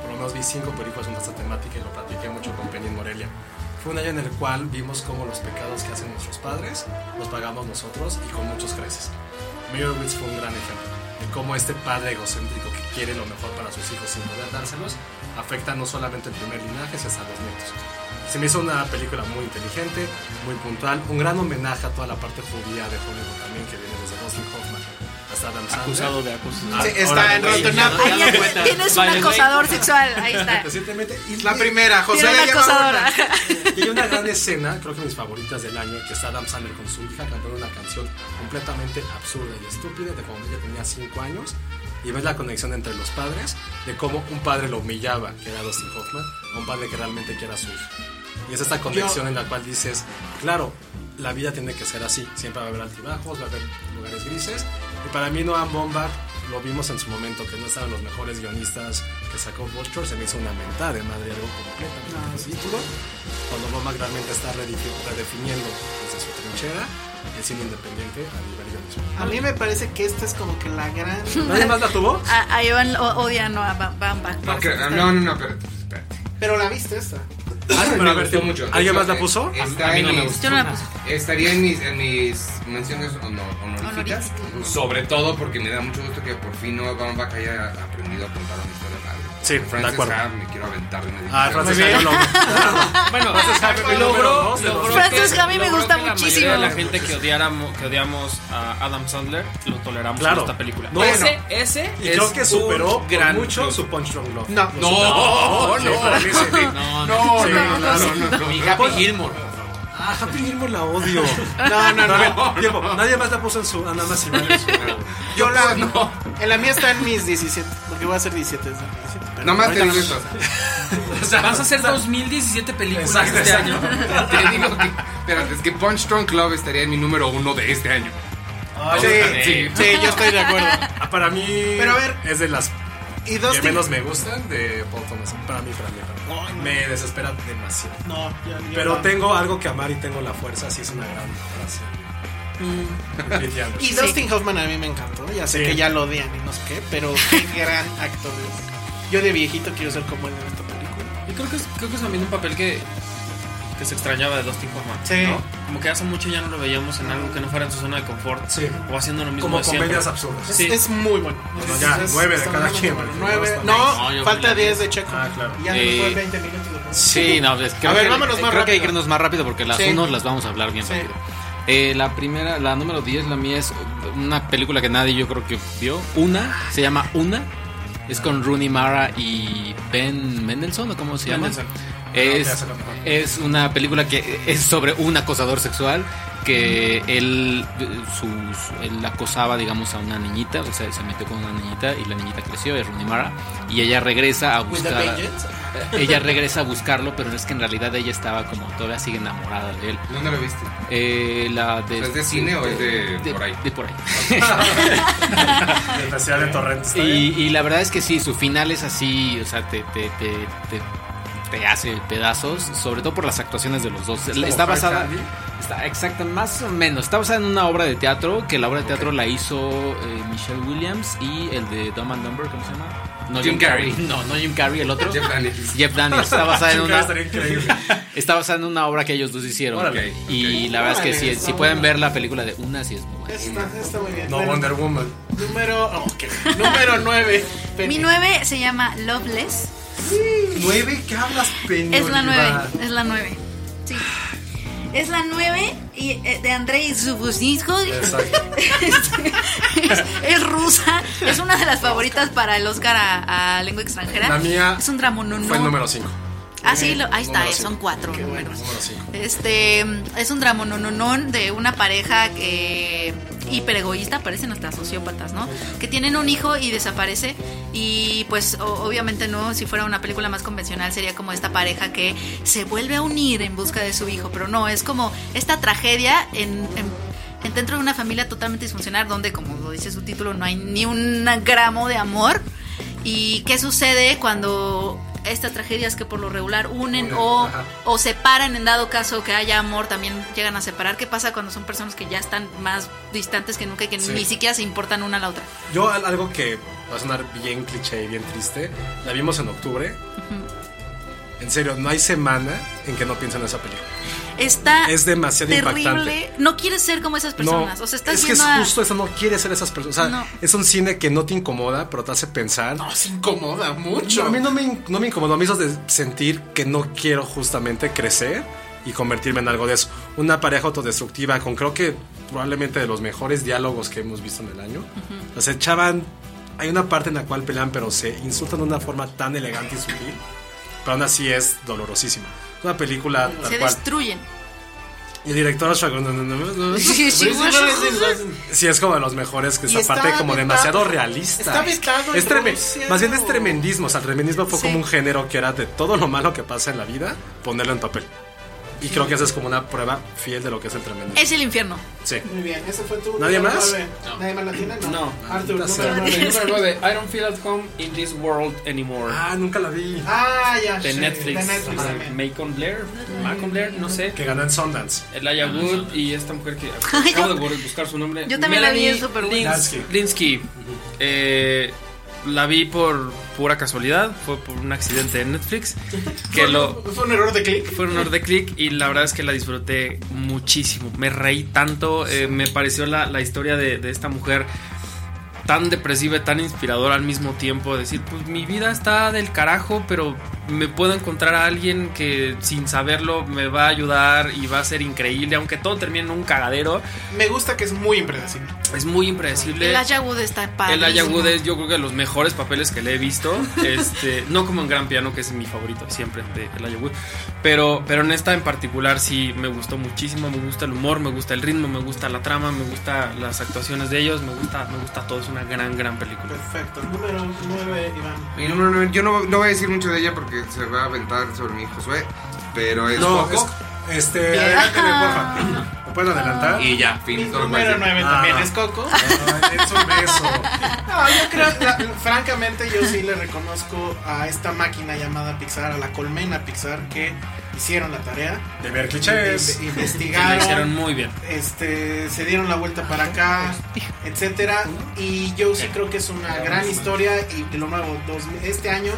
S1: por lo menos vi cinco películas con esta temática y lo platiqué mucho con Penny en Morelia. Fue un año en el cual vimos cómo los pecados que hacen nuestros padres los pagamos nosotros y con muchos creces. Mirror Witch fue un gran ejemplo de cómo este padre egocéntrico que quiere lo mejor para sus hijos sin poder dárselos afecta no solamente el primer linaje, sino hasta los nietos. Se me hizo una película muy inteligente, muy puntual, un gran homenaje a toda la parte judía de Hollywood también, que viene desde Dustin Hoffman hasta Adam Sandler.
S3: Acusado de acusado.
S1: Ah,
S4: Sí,
S1: ahora,
S4: está en
S1: güey,
S4: Rotten
S1: ya-
S4: Apple.
S1: ya-
S2: Tienes un acosador sexual. Ahí está.
S1: Recientemente, y
S4: La primera, José.
S2: Tiene
S4: ya
S2: una
S4: lleva
S2: acosadora.
S1: Y hay una gran escena, creo que mis favoritas del año, que está Adam Sandler con su hija cantando una canción completamente absurda y estúpida de cuando ella tenía 5 años. Y ves la conexión entre los padres, de cómo un padre lo humillaba, que era Dustin Hoffman, a un padre que realmente quiera a su hija. Y es esta conexión en la cual dices, claro, la vida tiene que ser así. Siempre va a haber altibajos, va a haber lugares grises. Y para mí Noah Bombard lo vimos en su momento, que no estaban los mejores guionistas que sacó Vulture. Se me hizo una mentada de madre algo completamente ridículo. Cuando Bombard realmente está redefi- redefiniendo desde su trinchera el cine independiente a nivel guionismo.
S4: A mí me parece que esta es como que la gran.
S1: ¿Nadie más la tuvo?
S2: A, a Iván lo odian no, a Bam- Bamba.
S6: No, creo- no, no, no, espérate, espérate.
S4: Pero la viste esta.
S1: Ah, pero
S6: me
S1: a ver,
S6: gustó
S1: ¿tú-
S6: mucho. De
S1: ¿Alguien
S6: hecho,
S1: más la
S6: eh,
S1: puso?
S6: Está
S5: A mí
S6: en
S5: no me
S6: mis-
S5: gustó.
S2: Yo no la puse.
S6: Estaría en mis, en mis menciones honor- honoríficas.
S2: Honoríficas.
S6: Sobre todo porque me da mucho gusto que por fin Noah Baumbach haya aprendido a contar una historia padre.
S1: Ah, Sí, de
S6: Frances
S1: acuerdo.
S6: Ha, me quiero aventar de una edificio.
S1: Ah, Frances
S6: Muy bien.
S1: Ha, no, no.
S3: Bueno,
S1: Hammond, número
S3: logró,
S1: dos de los-
S3: logró
S2: Frances Hammond me
S3: logró
S2: gusta
S3: que
S2: muchísimo.
S3: La mayoría de la gente que, odiáramos- que odiamos a Adam Sandler lo toleramos
S1: Claro.
S3: en esta película.
S1: No,
S3: ese,
S1: bueno.
S3: ese
S1: Y
S3: es
S1: creo que superó
S3: un
S1: por
S3: gran
S1: mucho
S3: triunfo.
S1: su Punch Drunk Love.
S4: No.
S1: Lo
S4: No,
S1: superó. Sí, para mí sí.
S5: No,
S1: No, sí,
S6: no,
S1: claro.
S6: no, no, no.
S5: Mi Happy Gilmore.
S1: Ah, Happy Gilmore la odio.
S4: No, no,
S1: A ver,
S4: no.
S1: tiempo. Nadie más la puso en su. Ah, nada más Iván en su-
S4: Yo la. En la mía está en mis 17. Porque voy a hacer 17. es la 17, pero
S6: Nomás te
S4: ahorita
S6: digo eso.
S4: no.
S3: O sea, vas a hacer 2017 películas
S1: Exacto,
S3: este
S1: exacto.
S3: año.
S6: Te digo que. Espérate, es que Punch Drunk Club estaría en mi número uno de este año.
S1: Ay,
S4: Sí,
S1: sí.
S4: sí, yo estoy de acuerdo.
S1: Ah, Para mí.
S4: Pero a ver.
S1: Es de las
S4: Y dos.
S1: que menos me gustan de Paul Thomas. Para mí, para mí. para mí. Me desespera demasiado.
S4: No, ya, ya
S1: Pero
S4: no.
S1: tengo algo que amar y tengo la fuerza. Así es una gran frase. Pete Anderson.
S4: Y Dustin Hoffman a mí me encantó. Ya sé
S1: Sí.
S4: que ya lo odian y no sé qué, pero qué gran actor es. Yo de viejito quiero ser como él en esta película.
S3: Y creo que es, creo que es también un papel que, que se extrañaba de Dustin Hoffman.
S4: Sí.
S3: ¿no? Como que hace mucho ya no lo veíamos en algo que no fuera en su zona de confort.
S1: Sí.
S3: O haciendo lo mismo.
S1: Como
S3: de siempre.
S1: comedias absurdas.
S4: Es,
S3: Sí.
S4: es muy bueno.
S1: Bueno,
S4: Es-
S1: ya,
S4: es-
S1: nueve de
S4: está
S1: cada
S4: muy
S1: quien,
S4: bueno.
S1: porque
S4: Nueve.
S1: no está-
S4: No,
S5: No, yo
S4: falta
S5: voy a-
S4: 10 de Checo.
S1: Ah, claro.
S4: Ya nos
S5: Eh,
S4: fue 20 minutos. de-
S5: Sí, no, pues, creo
S4: ver,
S5: que,
S4: vámonos más
S5: creo que hay
S4: rápido.
S5: que irnos más rápido porque las
S4: Sí.
S5: unos las vamos a hablar bien
S4: Sí.
S5: rápido. Eh, la primera, la número 10, la mía es una película que nadie yo creo que vio. Una, se llama Una. Es con Rooney Mara y Ben Mendelssohn, ¿o cómo se llama?
S3: Mendelssohn.
S1: Ah, ya
S5: Es,
S1: se lo mejor.
S5: es una película que es sobre un acosador sexual que él, eh, sus- él acosaba, digamos, a una niñita. O sea, se metió con una niñita y la niñita creció, es Rooney Mara. Y ella regresa a
S4: With a
S5: buscar.
S4: Vengeance.
S5: ella regresa a buscarlo, pero es que en realidad ella estaba como todavía sigue enamorada de él.
S6: ¿Dónde lo viste?
S5: Eh, la de,
S6: ¿Es de cine o es de por ahí?
S5: De por ahí.
S1: La ciudad de Torrentes.
S5: Y, y la verdad es que sí, su final es así, o sea, te, te, te, te, te hace pedazos, sobre todo por las actuaciones de los dos.
S1: como
S5: Está
S1: Fire
S5: basada...
S1: Candy?
S5: Está exacta, más o menos. Está basada en una obra de teatro, que la obra de teatro la hizo eh, Michelle Williams y el de Dumb and Dumber, ¿cómo se llama? No
S6: Jim Carrey.
S5: No, no Jim Carrey, el otro.
S6: Jeff Daniels.
S5: Jeff Daniels. Está basada en una...
S1: Chingada, estaría increíble.
S5: Está basada en una obra que ellos dos hicieron.
S1: Órale.
S5: y la verdad es que
S4: Órale,
S5: si,
S4: está
S5: si pueden ver la película de una, sí es muy buena.
S4: Está, está muy bien.
S1: No
S4: Bueno,
S1: Wonder Woman.
S4: Número. oh, ok. Número 9.
S2: Mi 9 se llama Loveless.
S1: ¿Nueve? ¿Qué hablas, Peña?
S2: Es la
S1: Oliva?
S2: 9, es la 9. Sí. Es la 9 y, eh, de Andrei Zubuznisko.
S1: Exacto.
S2: es, es rusa. Es una de las favoritas para el Oscar a, a lengua extranjera.
S1: La mía
S2: es un dramonón.
S1: Fue el número 5.
S2: Ah, sí, lo- ahí está,
S1: Número
S2: eh, son
S1: cinco.
S2: cuatro.
S1: Qué bueno,
S2: números.
S1: número cinco.
S2: Este es un dramonononón de una pareja que hiperegoísta, parecen hasta sociópatas, ¿no? Que tienen un hijo y desaparece y pues o- obviamente no, si fuera una película más convencional sería como esta pareja que se vuelve a unir en busca de su hijo, pero no, es como esta tragedia en- en en dentro de una familia totalmente disfuncional donde, como lo dice su título, no hay ni un gramo de amor. ¿Y qué sucede cuando estas tragedias que por lo regular unen
S1: Unen,
S2: o,
S1: ajá.
S2: o separan en dado caso que haya amor también llegan a separar? ¿Qué pasa cuando son personas que ya están más distantes que nunca y que
S1: Sí.
S2: ni siquiera se importan una a la otra?
S1: Yo, al- algo que va a sonar bien cliché y bien triste, la vimos en octubre. En serio, no hay semana en que no pienso en esa película.
S2: Está
S1: Es demasiado
S2: terrible.
S1: impactante.
S2: No quieres ser como esas personas.
S1: No,
S2: o sea, estás
S1: es que es
S2: viendo a-
S1: justo eso, no quiere ser esas personas. O sea,
S2: No.
S1: es un cine que no te incomoda, pero te hace pensar.
S6: No, se incomoda mucho.
S1: No, a mí no me, in- no me incomodó, a mí hizo de sentir que no quiero justamente crecer y convertirme en algo de eso. Una pareja autodestructiva con creo que probablemente de los mejores diálogos que hemos visto en el año. O sea, echaban, hay una parte en la cual pelean, pero se insultan de una forma tan elegante y sutil, pero aún así es dolorosísima. Es una película tal
S2: se
S1: cual.
S2: destruyen.
S1: Y el director Sí, es como de los mejores, que
S4: Y
S1: esa
S4: está
S1: parte como demasiado realista.
S4: está vetado
S1: Es
S4: en
S1: treme-
S4: Rusia,
S1: Más bien
S4: ¿no?
S1: es tremendismo. O sea, el tremendismo fue
S2: Sí.
S1: como un género que era de todo lo malo que pasa en la vida, ponerlo en papel. Y creo que esa es como una prueba fiel de lo que es el tremendismo.
S2: Es el infierno.
S1: Sí.
S4: Muy bien, ese fue tu.
S1: ¿Nadie
S4: número
S1: más?
S4: nueve. ¿Nadie más la tiene? No.
S3: No.
S4: Arthur, número
S1: sea.
S4: nueve.
S3: Número nueve, I don't feel at home in this world anymore.
S1: Ah, nunca la vi.
S4: Ah, ya.
S3: de
S4: sí,
S3: Netflix.
S4: De Netflix también.
S3: Macon Blair. Macon Blair, no sé.
S1: Que ganó en Sundance.
S5: Ah,
S3: Elijah Wood y esta mujer que
S2: Ay,
S3: acabo
S2: yo-
S3: de buscar su nombre.
S2: yo también la vi,
S3: Melanie
S2: es súper buena.
S3: Lins- Linsky. Eh, la vi por pura casualidad, fue por un accidente de Netflix. Que lo.
S4: Fue un error de clic.
S3: Fue un honor de clic y la verdad es que la disfruté muchísimo. Me reí tanto, eh, me pareció la, la historia de, de esta mujer tan depresiva y tan inspiradora al mismo tiempo. Decir, pues mi vida está del carajo, pero me puedo encontrar a alguien que sin saberlo me va a ayudar y va a ser increíble, aunque todo termine en un cagadero.
S4: Me gusta que es muy impredecible.
S3: Es muy impredecible.
S2: El Ayahuud está padre.
S3: El Ayahuud es yo creo que de los mejores papeles que le he visto. Este, no como en Gran Piano, que es mi favorito siempre de El Ayahuud. Pero, pero en esta en particular sí me gustó muchísimo. Me gusta el humor, me gusta el ritmo, me gusta la trama, me gusta las actuaciones de ellos, me gusta, me gusta todo. Es una gran, gran película.
S4: Perfecto. Número 9, Iván.
S6: Mi número nueve, yo no, no voy a decir mucho de ella porque se va a aventar sobre mi Josué, pero es
S1: No,
S6: poco.
S1: es- este. adelánteme, porfa. ¿Me pueden adelantar?
S6: Y ya, fin.
S4: Mi
S6: todo lo que voy a
S4: número
S6: decir.
S4: 9
S1: Ah.
S4: también es Coco.
S1: Ay, es un beso.
S4: No, yo creo, la- francamente, yo sí le reconozco a esta máquina llamada Pixar, a la colmena Pixar, que hicieron la tarea,
S1: De ver clichés.
S4: inve-
S3: Que lo hicieron
S4: investigaron,
S3: muy bien.
S4: este, se dieron la vuelta para acá, etcétera. Y yo sí creo que es una gran historia y que lo nuevo, dos- este año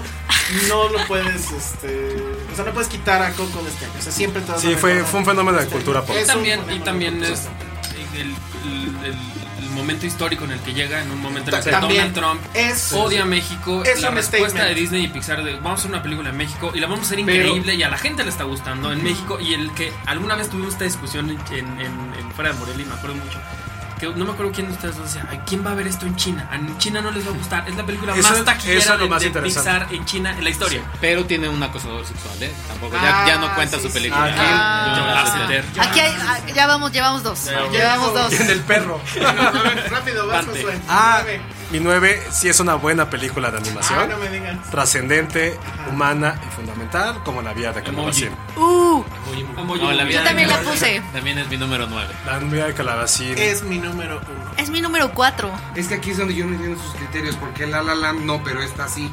S4: no lo puedes, este, o sea, no puedes quitar a Coco de este año. O sea, siempre te vas a
S1: Sí, fue,
S4: recordar.
S1: fue un fenómeno de cultura pop.
S4: Es
S3: Y también,
S4: un
S3: y
S4: fenómeno
S3: también
S4: cultural.
S3: es el, el- el- el momento histórico en el que llega, en un momento en el que
S4: También
S3: Donald Trump
S4: es
S3: odia a México.
S4: Es
S3: la
S4: un
S3: respuesta
S4: statement.
S3: de Disney y Pixar de vamos a hacer una película en México y la vamos a hacer
S4: Pero-
S3: increíble y a la gente le está gustando en México. Y el que alguna vez tuvimos esta discusión en, en- en- en fuera de Morelia, y me acuerdo mucho. que no me acuerdo quién de ustedes dos decía, "Ay, ¿quién va a ver esto en China? En China no les va a gustar. Es la película
S1: Eso-
S3: más
S1: eso
S3: taquillera
S1: es lo
S3: de,
S1: más
S3: de
S1: interesante.
S3: Pixar en China en la historia.
S5: Pero tiene un acosador sexual, ¿eh? Tampoco.
S2: Ah,
S5: ya, ya no cuenta
S2: sí,
S5: su
S2: sí.
S5: película.
S1: Ah,
S2: Ah.
S5: Jonah
S3: Ah.
S5: Sutter.
S2: Aquí hay, ah, ya vamos, llevamos dos. Llevamos dos.
S1: Y en el perro.
S4: a ver, rápido, vas,
S3: Parte.
S4: Josué.
S1: Ah,
S4: Nueve.
S1: mi 9 sí es una buena película de animación.
S4: Ah, no me digas.
S1: Trascendente, humana y fundamental, como la vida de Calabacín.
S2: Uh,
S5: No, la vida
S2: yo también
S5: de-
S2: la puse.
S5: También es mi número 9.
S1: La vida de Calabacín.
S4: Es mi número uno.
S2: Es mi número cuatro.
S6: Es que aquí es donde yo no entiendo sus criterios, porque La La Land no, pero está así.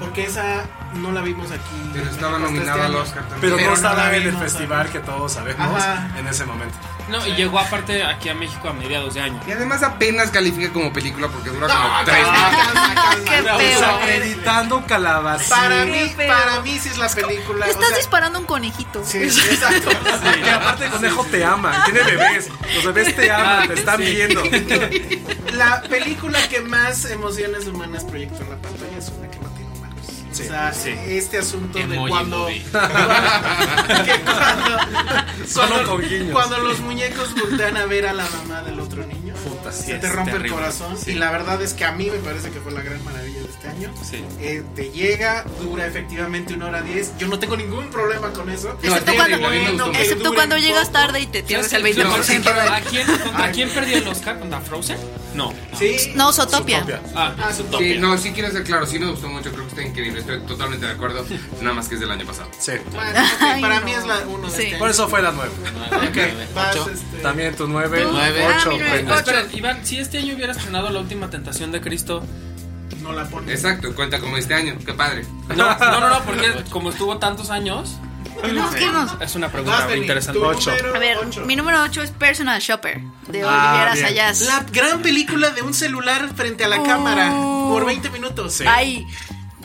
S4: Porque esa no la vimos aquí.
S6: Pero estaba
S4: Hasta este
S6: nominada al
S4: año.
S6: Oscar también.
S1: Pero, no
S4: la
S1: estaba en el
S4: vimos,
S1: festival que todos sabemos
S4: Ajá.
S1: en ese momento.
S3: No, y llegó aparte aquí a México a mediados de año.
S6: Y además apenas califica como película porque dura
S4: Ah,
S6: como tres
S2: Qué feo.
S1: Desacreditando Calabacín.
S4: Para
S2: Sí,
S4: mí,
S2: pero-
S4: para mí sí es la película. o
S2: Estás
S4: sea,
S2: disparando un conejito.
S4: Sí, exacto.
S1: Y aparte el conejo te ama, tiene bebés. Los bebés te aman,
S2: Ah,
S1: te están viendo.
S4: La película que más emociones humanas proyectó en la pantalla es una que no tiene humanos. o sea, este asunto de
S5: Emoji
S4: cuando.
S5: movie.
S4: que cuando,
S1: Solo
S4: cuando-
S1: con guiños.
S4: cuando los muñecos voltean a ver a la mamá del otro niño,
S1: Puta, sí
S4: se
S1: es
S4: te rompe el
S5: terrible.
S4: corazón. Y la verdad es que a mí me parece que fue la gran maravilla de este año.
S5: Sí.
S4: Eh, te llega, dura efectivamente una hora diez. Yo no tengo ningún problema con eso.
S2: Excepto
S6: No,
S2: cuando,
S6: a mí me gustó mucho.
S2: excepto
S4: Que
S2: cuando
S4: duren
S2: llegas
S4: poco.
S2: tarde y te pierdes el
S3: ¿Quién-
S2: 20%.
S3: ¿A quién, ¿Contra quién perdió el Oscar? ¿Contra Frozen? No.
S4: Sí.
S2: No, Zootopia.
S3: Ah, es
S6: Sí, no, sí quiero ser claro, sí me gustó mucho, creo que está increíble, estoy totalmente de acuerdo, nada más que es del año pasado.
S1: Sí.
S4: Bueno, ok,
S2: Ay,
S4: para
S2: no.
S4: mí es la uno de
S2: Sí.
S4: este año.
S1: Por eso fue la 9.
S3: Ah,
S4: Ok, vas, este,
S1: También tu 9,
S2: Tú- Ah, mi
S1: 8,
S2: nueve, ocho.
S3: Espera, Iván, si este año hubiera estrenado La Última Tentación de Cristo.
S4: no la pones.
S6: Exacto, cuenta como este año, qué padre.
S3: No, no, no, no, porque como estuvo tantos años,
S2: No, ¿qué nos-
S3: es una
S4: Vas,
S3: pregunta muy
S4: Benny,
S3: interesante.
S4: tu
S1: Ocho.
S4: Ah, número
S2: A ver,
S4: ocho.
S2: mi número 8 es Personal Shopper de
S1: Ah,
S2: Oliviera
S1: bien.
S2: Sayas.
S4: La gran película de un celular frente a la
S2: Oh.
S4: cámara por 20 minutos.
S2: Ay,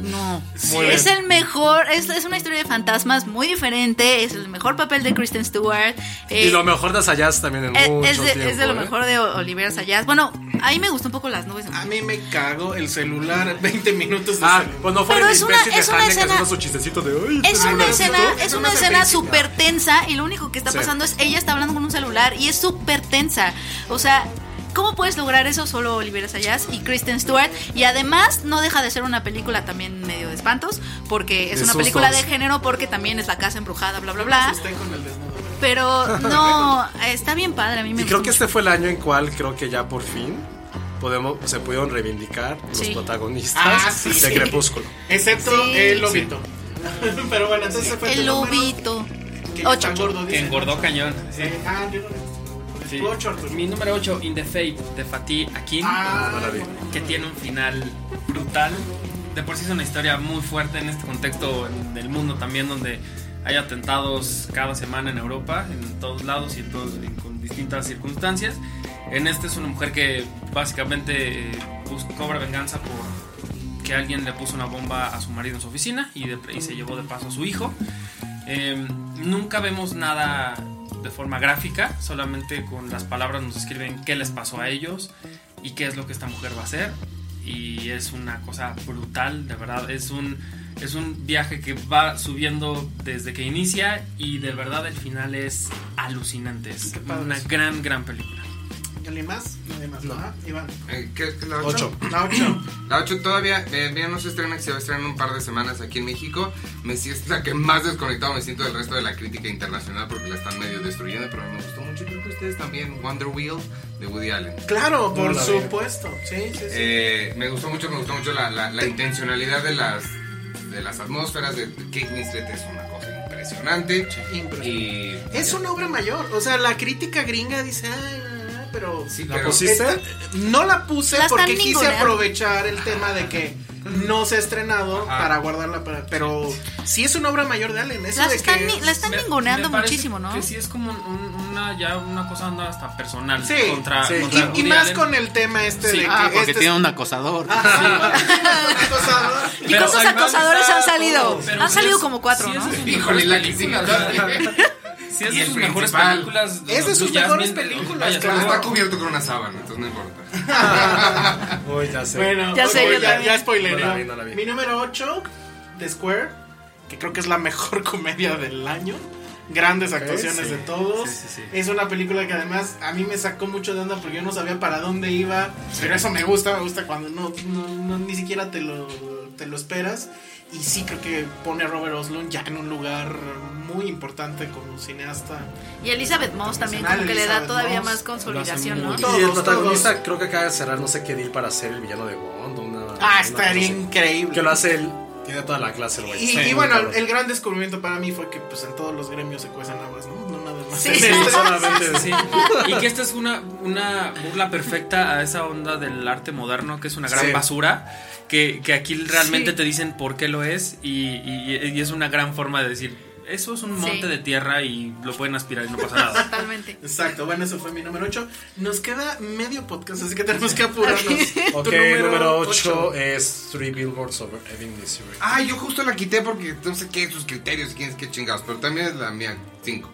S2: no.
S1: Muy
S2: es
S1: bien.
S2: el mejor, es, es una historia de fantasmas muy diferente, es el mejor papel de Kristen Stewart. eh,
S1: Y lo mejor de Sayas también en
S2: es,
S1: mucho
S2: es de,
S1: tiempo.
S2: es de lo
S1: ¿eh?
S2: mejor de Oliviera Sayas. Bueno, ahí me gustó un poco las nubes.
S4: A mí me cago el celular 20 minutos de
S1: Ah,
S4: celular.
S1: pues no fue
S2: Pero
S1: el
S2: es una-
S1: imbécil de
S2: es una
S1: Haneke
S2: escena-
S1: haciendo su chistecito de "Ay,
S2: Es
S1: celular".
S2: una escena,
S4: minutos,
S2: es
S4: es
S2: una
S4: una
S2: escena
S4: serpentina.
S2: súper tensa y lo único que está
S1: Sí.
S2: pasando es ella está hablando con un celular y es súper tensa. O sea, ¿cómo puedes lograr eso solo Olivera Sayas y Kristen Stewart? Y además no deja de ser una película también medio de espantos porque es
S1: De
S2: una
S1: sustos.
S2: película de género porque también es la casa embrujada, bla, bla, bla.
S4: Asusté con el desnudo.
S2: Pero no, está bien padre, a mí me
S1: Y creo
S2: gustó
S1: que este fue el año en cual creo que ya por fin podemos, se pudieron reivindicar los
S2: Sí.
S1: protagonistas
S4: Ah, sí,
S1: de
S4: sí.
S1: Crepúsculo.
S4: Excepto
S2: Sí.
S4: el lobito. Pero bueno, entonces ese
S2: mucho.
S4: fue tu
S2: El
S4: número,
S2: lobito.
S4: que
S2: Ocho.
S4: está gordo,
S3: Que
S4: dice.
S3: engordó cañón.
S4: Sí. Ah, yo no lo-
S3: Sí.
S4: Tu ocho, Arturo.
S3: Mi número 8, In the Fate, de Fatih Akin.
S4: Ah,
S1: No la vi.
S3: que tiene un final brutal. De por sí es una historia muy fuerte en este contexto en- del mundo también, donde hay atentados cada semana en Europa, en todos lados y en todos- en- con distintas circunstancias. En este es una mujer que básicamente eh, bus- cobra venganza por que alguien le puso una bomba a su marido en su oficina y, de- y se llevó de paso a su hijo. Eh, nunca vemos nada de forma gráfica, solamente con las palabras nos escriben qué les pasó a ellos y qué es lo que esta mujer va a hacer. Y es una cosa brutal, de verdad. Es un, es un viaje que va subiendo desde que inicia y de verdad el final es alucinante. Es
S4: Qué padre.
S3: una gran, gran película.
S4: ¿Alguien más? Nadie más. No. Iván. Ah,
S6: Eh, ¿Qué es la
S1: Ocho.
S6: ocho?
S4: La 8.
S6: La 8 todavía, eh, mira, no se estrena, que se va a estrenar en un par de semanas aquí en México. Me si- es la que más desconectado me siento del resto de la crítica internacional porque la están medio destruyendo, pero me gustó mucho. Creo que ustedes también, Wonder Wheel de Woody Allen.
S4: Claro, por
S1: la vi.
S4: supuesto. Sí, sí, sí.
S6: Eh, me gustó mucho, me gustó mucho la, la- la intencionalidad de las, de las atmósferas de Kate Winslet es una cosa impresionante.
S4: Impresionante.
S6: Y
S4: Es una obra mayor. O sea, la crítica gringa dice, "Ah, pero.
S6: Sí,
S1: ¿La
S6: pero-
S1: pusiste?
S4: Esta- no la puse
S2: La están
S4: porque quise
S2: ninguneando.
S4: aprovechar el tema de que no se ha estrenado
S6: Ajá.
S4: para guardarla. para- pero sí es una obra mayor de Allen. Eso
S2: La
S4: de
S2: están,
S4: que-
S2: ni- la están
S3: Me-
S2: ninguneando
S3: me parece
S2: muchísimo, ¿no?
S3: Que sí es como un- un- una, ya una cosa anda hasta personal
S4: Sí,
S3: contra,
S1: sí.
S3: contra
S4: Y, y
S3: Woody
S4: más
S3: Allen.
S4: con el tema este
S3: Sí.
S4: de que.
S5: Ah, porque
S4: este
S5: tiene
S4: es-
S5: un acosador.
S4: Ajá. Acosador.
S2: ¿Y
S3: Pero
S2: cuántos
S3: ahí van a
S2: acosadores
S4: estar
S2: han salido?
S4: todos.
S3: Pero
S2: Han
S3: sí
S2: salido
S3: es-
S2: como cuatro,
S3: sí
S2: ¿no?
S3: es de sus
S6: Híjole, la
S3: mejores
S6: crítica.
S3: películas. Sí, es
S6: Y
S3: de
S6: el
S3: sus mejores
S6: principal.
S3: películas.
S4: Es de sus
S3: Blue
S4: mejores
S3: Jasmine, de-
S4: películas,
S3: vaya,
S6: Pero
S4: claro.
S6: está cubierto con una sábana, entonces no importa.
S1: Uy, ya sé.
S4: Bueno,
S2: Ya sé,
S4: ok,
S2: yo
S4: ya,
S2: también.
S4: ya spoileré.
S1: No la vi, no la vi.
S4: Mi número 8 de Square, que creo que es la mejor comedia del año. Grandes
S1: Ok,
S4: actuaciones
S1: sí.
S4: de todos.
S1: Sí, sí, sí.
S4: Es una película que además a mí me sacó mucho de onda porque yo no sabía para dónde iba. Pero eso me gusta, me gusta cuando no, no- no- ni siquiera te lo, te lo esperas. Y sí creo que pone a Robert Oslund ya en un lugar muy importante como cineasta.
S2: Y Elizabeth Moss también, como
S4: Nacional,
S2: que le da
S4: Elizabeth
S2: todavía
S4: Moss.
S2: más consolidación, ¿no?
S4: Todos,
S1: y el
S4: todos.
S1: protagonista creo que acaba de cerrar no sé qué deal para ser el villano de Bond. Una,
S4: Ah,
S1: una
S4: estaría
S1: cosa así.
S4: increíble.
S1: Que lo hace él. Tiene toda la clase el güey.
S4: Y,
S1: Pues, Sí,
S4: y
S1: muy
S4: bueno,
S1: cabrón.
S4: el gran descubrimiento para mí fue que pues en todos los gremios se cuecen aguas, ¿no? No nada más. Este,
S2: Sí.
S1: Sí, solamente.
S3: Sí. Y que esta es una, una burla perfecta a esa onda del arte moderno, que es una gran
S1: Sí.
S3: basura, que, que aquí realmente
S4: Sí.
S3: te dicen por qué lo es y, y- y es una gran forma de decir, eso es un
S2: Sí.
S3: monte de tierra y lo pueden aspirar y no pasa nada.
S2: Totalmente.
S4: Exacto, bueno, eso fue mi número 8. Nos queda medio podcast, así que tenemos que apurarnos. Tu
S1: Ok, número
S4: ocho.
S1: 8 es Three Billboards Over Ebbing, Missouri.
S6: Ah, yo justo la quité porque no sé qué sus criterios y quién es qué chingados, pero también es la mía, 5.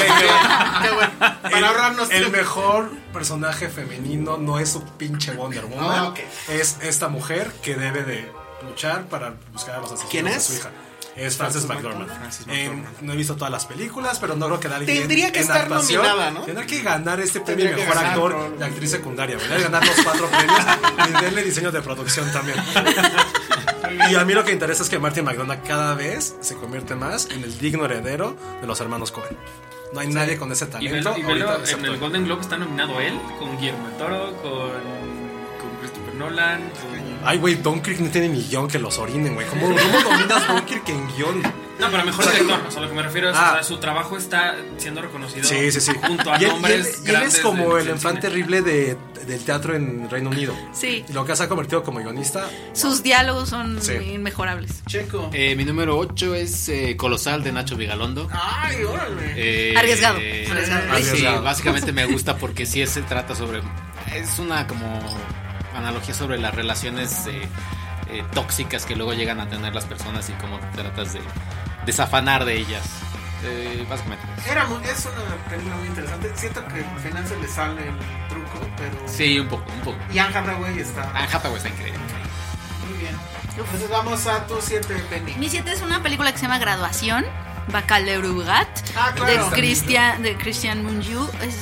S4: Qué bueno, para
S1: el,
S4: ahorrarnos
S1: el
S4: tiempo.
S1: mejor personaje femenino no es su pinche Wonder Woman.
S4: Ah, ok.
S1: Es esta mujer que debe de luchar para buscar a los asesinos
S4: ¿Quién
S1: de
S4: es?
S1: su hija. Es Frances McDormand.
S4: Frances
S1: En- no he visto todas las películas, pero no creo que nadie
S4: Tendría que estar nominada, ¿no?
S1: Tendría que ganar este
S4: Tendría
S1: premio
S4: que
S1: mejor
S4: ganar,
S1: actor y
S4: probablemente.
S1: actriz secundaria. Debería de ganar los cuatro premios y denle diseño de producción también. Y a mí lo que interesa es que Martin McDonagh cada vez se convierte más en el digno heredero de los hermanos Cohen. No hay nadie con ese
S3: Y
S1: talento.
S3: velo, y velo,
S1: ahorita,
S3: en
S1: excepto
S3: el
S1: él.
S3: Golden Globe está nominado él, con Guillermo del Toro, con, con Christopher Nolan, con-
S1: Ay, güey, Dunkirk no tiene ni guión que los orinen, güey. ¿Cómo, cómo dominas Dunkirk en guión?
S3: No, pero mejor director, o sea, lo que me refiero es,
S1: Ah.
S3: o sea, su trabajo está siendo reconocido
S1: Sí, sí, sí.
S3: junto a
S1: Y él- y él-
S3: nombres
S1: y él,
S3: grandes
S1: es como
S3: del-
S1: el
S3: del
S1: enfant
S3: cine.
S1: terrible de, del teatro en Reino Unido.
S2: Sí.
S1: Y lo que se ha convertido como guionista.
S2: Sus diálogos son
S1: Sí.
S2: inmejorables.
S4: Checo.
S5: Eh, mi número 8 es eh, Colosal de Nacho Vigalondo.
S3: Ah,
S4: Ay, órale.
S5: Eh,
S2: Arriesgado.
S5: eh,
S2: Arriesgado.
S5: sí,
S1: Arriesgado.
S5: básicamente me gusta porque sí se trata sobre. Es una como analogía sobre las relaciones eh, eh, tóxicas que luego llegan a tener las personas y cómo tratas de desafanar de ellas. Eh, básicamente.
S4: Era muy- es una película muy interesante. Siento que al final se le sale el truco, pero.
S5: Sí, un poco, un poco.
S4: Y Anne Hathaway está
S5: Ah, Hathaway está increíble.
S4: muy bien. Entonces vamos a tu 7, Penny.
S2: Mi 7 es una película que se llama Graduación, Baccalaureat,
S4: Ah, claro.
S2: de, Christian, de Christian Mungiu. Es